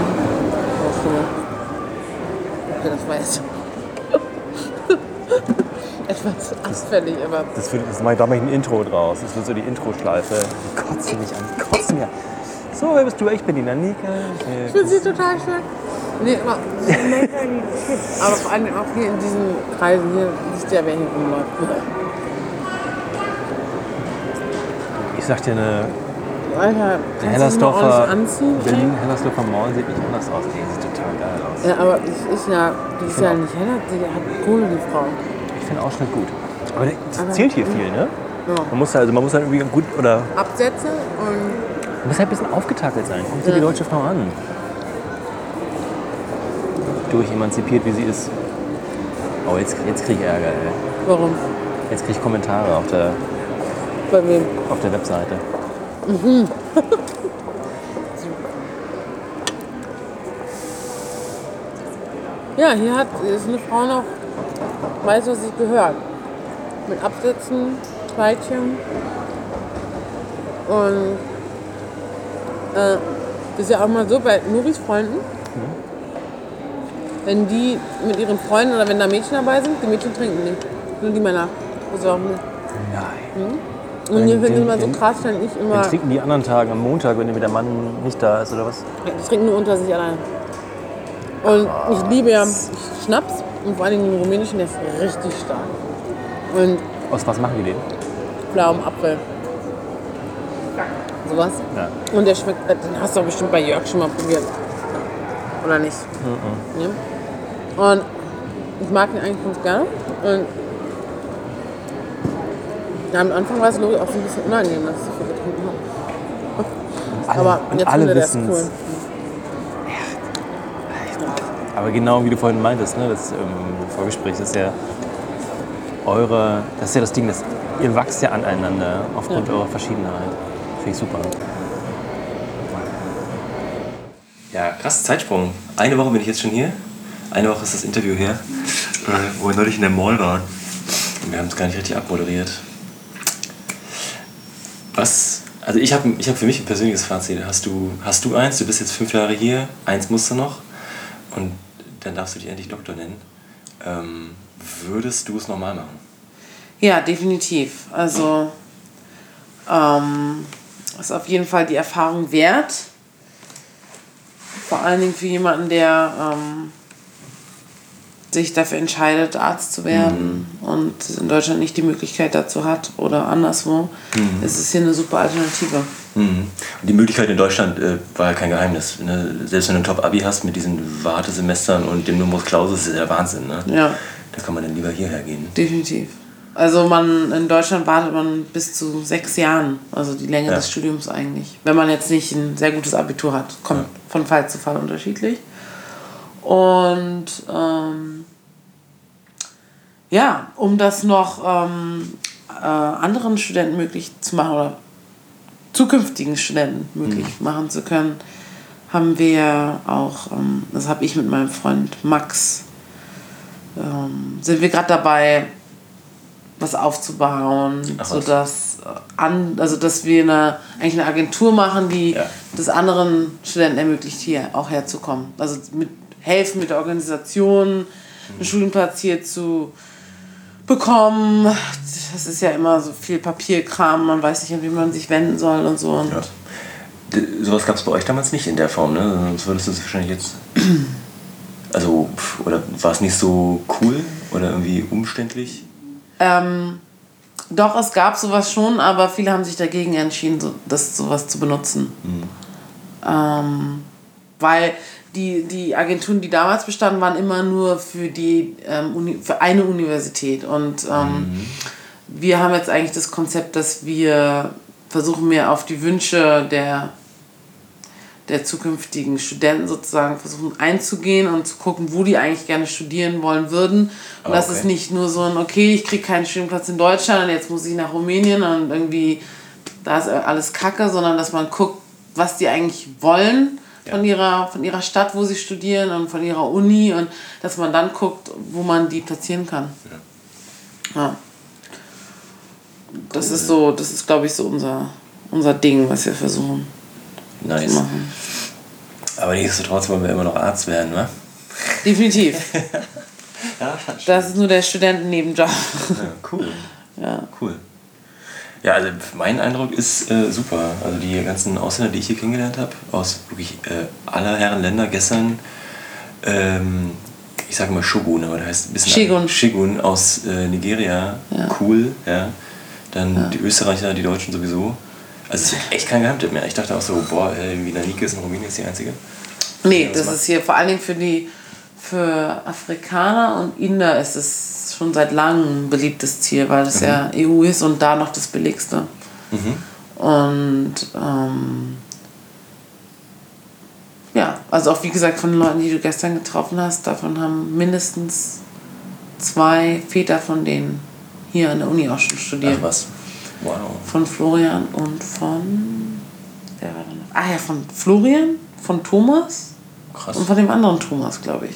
B: Auch so. Okay, das war jetzt. Etwas anfällig, aber
A: Das wird, das mach ich, da mache ich ein Intro draus. Das wird so die Intro-Schleife. Die kotzen mich an, die kotzen mir. So, wer bist du? Ich bin die Nanika.
B: ich finde sie total schön. Nee, aber, aber vor allem auch hier in diesen Kreisen, hier ist ja wer hier rumläuft.
A: Ich sag dir, eine
B: Alter, kannst du dich mal
A: Hellersdorfer,
B: ordentlich anziehen?
A: Berlin, Hellersdorfer Mall sieht nicht anders aus. Die sieht total geil aus.
B: Ja, aber es ist ja, die ist ja nicht heller, die hat Kohle, die Frau.
A: Ich finde den Ausschnitt gut. Aber der- das
B: Aber-
A: zählt hier viel, ne?
B: Ja.
A: Man muss halt, also man muss halt irgendwie gut oder
B: Absätze und
A: man muss halt ein bisschen aufgetakelt sein. Guck dir die deutsche Frau an. Durchemanzipiert, wie sie ist. Oh, jetzt, jetzt krieg ich Ärger, ey.
B: warum?
A: Jetzt krieg ich Kommentare auf der,
B: Bei wem?
A: auf der Webseite.
B: Ja, hier hat, ist eine Frau noch, weiß, was sie gehört. Mit Absätzen, Kleidchen. Und äh, das ist ja auch mal so bei Nuris Freunden. Wenn die mit ihren Freunden oder wenn da Mädchen dabei sind, die Mädchen trinken nicht. Nur die Männer. Besorgen nicht.
A: Nein.
B: Und hier
A: Den-
B: finde ich immer so
A: den-
B: krass, wenn ich immer.
A: Dann trinken die anderen Tage am Montag, wenn der Mann nicht da ist oder was?
B: Die trinken nur unter sich allein. Und ich liebe ja Schnaps und vor allem den rumänischen, der ist richtig stark. Und
A: Aus was machen die den?
B: blauen Apfel. Sowas.
A: Ja.
B: Und der schmeckt, äh, den hast du doch bestimmt bei Jörg schon mal probiert. Oder nicht?
A: Mhm.
B: Ja. Und ich mag den eigentlich ganz gerne. Und ja, am Anfang war es logisch auch so ein bisschen unangenehm, dass ich so viel getrunken habe.
A: Alle,
B: Aber
A: und
B: jetzt
A: alle
B: findet er es
A: wissen es.
B: cool.
A: Aber genau wie du vorhin meintest, ne, das ähm, Vorgespräch ist ja eure, das ist ja das Ding, dass ihr wachst ja aneinander aufgrund eurer Verschiedenheit. Finde ich super. Ja, krass, Zeitsprung. Eine Woche bin ich jetzt schon hier. Eine Woche ist das Interview her, äh, wo wir neulich in der Mall waren. Und wir haben es gar nicht richtig abmoderiert. Was, also ich habe ich hab für mich ein persönliches Fazit. Hast du, hast du eins? Du bist jetzt fünf Jahre hier, eins musst du noch und dann darfst du dich endlich Doktor nennen. Ähm, würdest du es normal machen?
B: Ja, definitiv. Also ähm, ist auf jeden Fall die Erfahrung wert. Vor allen Dingen für jemanden, der ähm, sich dafür entscheidet, Arzt zu werden und in Deutschland nicht die Möglichkeit dazu hat oder anderswo. Es ist hier eine super Alternative.
A: Mhm. Und die Möglichkeit in Deutschland äh, war ja kein Geheimnis. Ne? Selbst wenn du ein Top-Abi hast mit diesen Wartesemestern und dem Numerus Clausus, ist ja der Wahnsinn. Ne?
B: Ja.
A: Da kann man dann lieber hierher gehen.
B: Definitiv. Also man in Deutschland wartet man bis zu sechs Jahren, also die Länge
A: Ja.
B: des Studiums eigentlich. Wenn man jetzt nicht ein sehr gutes Abitur hat, kommt von Fall zu Fall unterschiedlich. Und ähm, ja, um das noch ähm, äh, anderen Studenten möglich zu machen oder zukünftigen Studenten möglich
A: Mhm.
B: machen zu können, haben wir auch, ähm, das habe ich mit meinem Freund Max, ähm, sind wir gerade dabei, was aufzubauen,
A: Ach was.
B: sodass äh, an, also dass wir eine, eigentlich eine Agentur machen, die
A: Ja.
B: das anderen Studenten ermöglicht, hier auch herzukommen. Also mit helfen mit der Organisation, einen Studienplatz hier zu bekommen. Das ist ja immer so viel Papierkram, man weiß nicht, an wen man sich wenden soll und so. Und
C: Ja. D- Sowas gab es bei euch damals nicht in der Form, ne? Sonst würdest du es wahrscheinlich jetzt. Also, pf, oder war es nicht so cool oder irgendwie umständlich?
B: Ähm, doch, es gab sowas schon, aber viele haben sich dagegen entschieden, so, das sowas zu benutzen. Ähm, weil die, die Agenturen, die damals bestanden, waren immer nur für, die, ähm, Uni, für eine Universität. Und ähm, wir haben jetzt eigentlich das Konzept, dass wir versuchen, mehr auf die Wünsche der der zukünftigen Studenten sozusagen versuchen einzugehen und zu gucken, wo die eigentlich gerne studieren wollen würden. Und
C: Ah,
B: das
C: okay.
B: ist nicht nur so ein, okay, ich kriege keinen Studienplatz in Deutschland und jetzt muss ich nach Rumänien und irgendwie da ist alles Kacke, sondern dass man guckt, was die eigentlich wollen von, ihrer, von ihrer Stadt, wo sie studieren und von ihrer Uni und dass man dann guckt, wo man die platzieren kann. Ja. Das ist so, das ist glaube ich so unser, unser Ding, was wir versuchen zu
C: Nice.
B: machen.
C: Aber nichtsdestotrotz wollen wir immer noch Arzt werden, ne?
B: Definitiv.
C: Ja,
B: Das ist nur der Studentennebenjob.
C: Ja, cool.
B: Ja.
C: Cool. Ja, also mein Eindruck ist äh, super. Also die ganzen Ausländer, die ich hier kennengelernt habe, aus wirklich äh, aller Herren Länder gestern, ähm, ich sage mal Shogun, aber da heißt ein bisschen
B: Shigun.
C: Shigun aus äh, Nigeria,
B: Ja.
C: cool, ja. Dann die Österreicher, die Deutschen sowieso. Also es ist echt kein Geheimtipp mehr. Ich dachte auch so, boah, äh, irgendwie Nanike ist in Rumänien ist die einzige.
B: Nee,
C: das
B: das
C: macht-
B: ist hier vor allen Dingen für die für Afrikaner und Inder ist es schon seit langem ein beliebtes Ziel, weil
C: Mhm.
B: es ja EU ist und da noch das billigste.
C: Mhm.
B: Und ähm, ja, also auch wie gesagt von den Leuten, die du gestern getroffen hast, davon haben mindestens zwei Väter von denen hier an der Uni auch schon studiert.
C: Ach was. Wow.
B: Von Florian und von. Wer war da noch? Ah ja, von Florian, von Thomas
C: Krass.
B: und von dem anderen Thomas, glaube ich.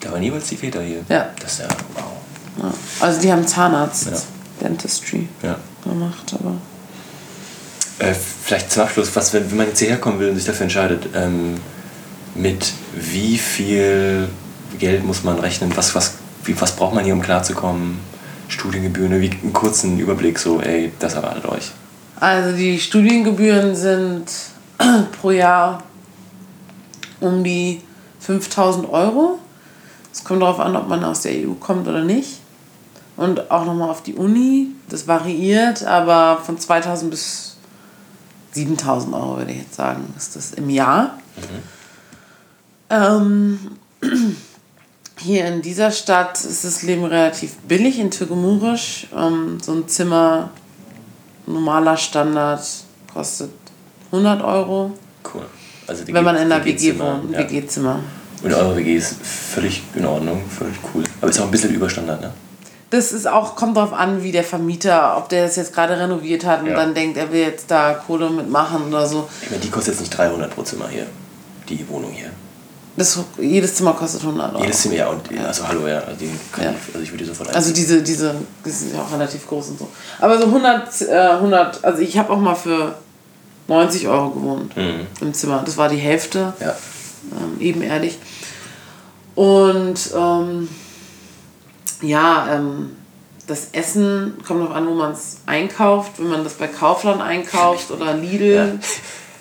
C: Da waren jeweils die Väter hier.
B: Ja.
C: Das ist ja wow.
B: Ja. Also die haben Zahnarzt,
C: Ja.
B: Dentistry
C: Ja.
B: gemacht, aber.
C: Äh, vielleicht zum Abschluss, was, wenn, wenn man jetzt hierher kommen will und sich dafür entscheidet, ähm, mit wie viel Geld muss man rechnen, was, was, wie, was braucht man hier, um klarzukommen, Studiengebühren, ne? wie einen kurzen Überblick, so, ey, das erwartet euch.
B: Also die Studiengebühren sind pro Jahr um die 5000 Euro. Es kommt darauf an, ob man aus der EU kommt oder nicht. Und auch nochmal auf die Uni. Das variiert, aber von 2000 bis 7000 Euro würde ich jetzt sagen, ist das im Jahr. Ähm, hier in dieser Stadt ist das Leben relativ billig, in Türgemurisch. Ähm, so ein Zimmer normaler Standard kostet 100 Euro,
C: Cool. Also
B: wenn man in einer WG
C: WG-Zimmer,
B: wohnt, ein
C: Ja.
B: WG-Zimmer.
C: Und eure WG ist völlig in Ordnung, völlig cool. Aber ist auch ein bisschen Überstandard, ne?
B: Das ist auch, kommt drauf an, wie der Vermieter, ob der das jetzt gerade renoviert hat und
C: Ja.
B: dann denkt, er will jetzt da Kohle mitmachen oder so.
C: Ich meine, die kostet jetzt nicht 300 pro Zimmer hier, die Wohnung hier.
B: Das, jedes Zimmer kostet 100 Euro.
C: Jedes Zimmer, ja, und, also hallo, ja, also, die kann
B: Ja.
C: Ich, also ich würde die sofort
B: Also diese, diese, die sind ja auch relativ groß und so. Aber so 100, äh, 100 also ich habe auch mal für 90 Euro gewohnt
C: Mhm.
B: im Zimmer. Das war die Hälfte.
C: Ja.
B: ähm, ebenerdig. Und ähm, ja, ähm, das Essen kommt noch an, wo man es einkauft. Wenn man das bei Kaufland einkauft oder Lidl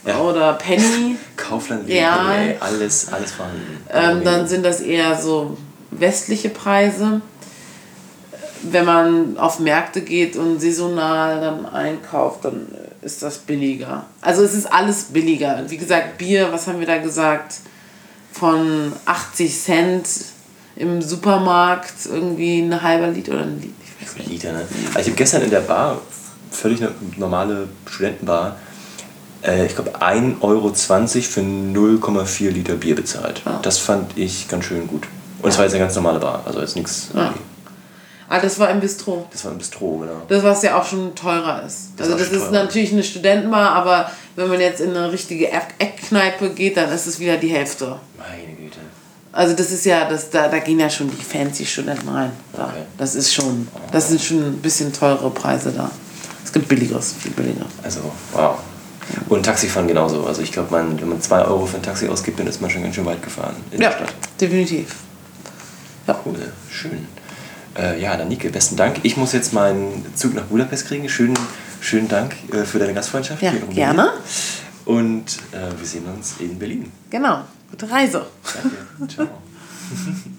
C: Ja. Ja.
B: oder Penny,
C: Kaufland,
B: Ja.
C: ey, alles, alles vorhanden.
B: ähm, dann sind das eher so westliche Preise. Wenn man auf Märkte geht und saisonal dann einkauft, dann ist das billiger. Also es ist alles billiger. Wie gesagt, Bier, was haben wir da gesagt? Von 80 Cent im Supermarkt irgendwie ein halber Lied oder ein Lied. Ich weiß nicht.
C: Lieder, ne? Also ich habe gestern in der Bar, völlig eine normale Studentenbar, äh, ich glaube 1,20 Euro für 0,4 Liter Bier bezahlt. Das fand ich ganz schön gut. Und es war jetzt eine ganz normale Bar, also jetzt nichts.
B: Ja. Ah, das war im Bistro.
C: Das war ein Bistro, genau.
B: Das, was ja auch schon teurer ist.
C: Das
B: also
C: war
B: das
C: schon
B: ist
C: teurer.
B: natürlich eine Studentenbar, aber wenn man jetzt in eine richtige Eck- Eckkneipe geht, dann ist es wieder die Hälfte.
C: Meine Güte.
B: Also das ist ja, das, da, da gehen ja schon die fancy Studenten rein. Da.
C: Okay.
B: Das ist schon, das sind schon ein bisschen teurere Preise da. Es gibt billigeres, viel billiger.
C: Also, wow. Und Taxifahren genauso. Also ich glaube, man, wenn man 2 Euro für ein Taxi ausgibt, dann ist man schon ganz schön weit gefahren in
B: Ja,
C: der Stadt.
B: definitiv. Ja.
C: Cool, schön. Äh, ja, Danike, besten Dank. Ich muss jetzt meinen Zug nach Budapest kriegen. Schönen, schönen Dank äh, für deine Gastfreundschaft.
B: Ja,
C: hier in Rumänien.
B: gerne.
C: Und äh, wir sehen uns in Berlin.
B: Genau. Gute Reise.
C: Danke. Ciao.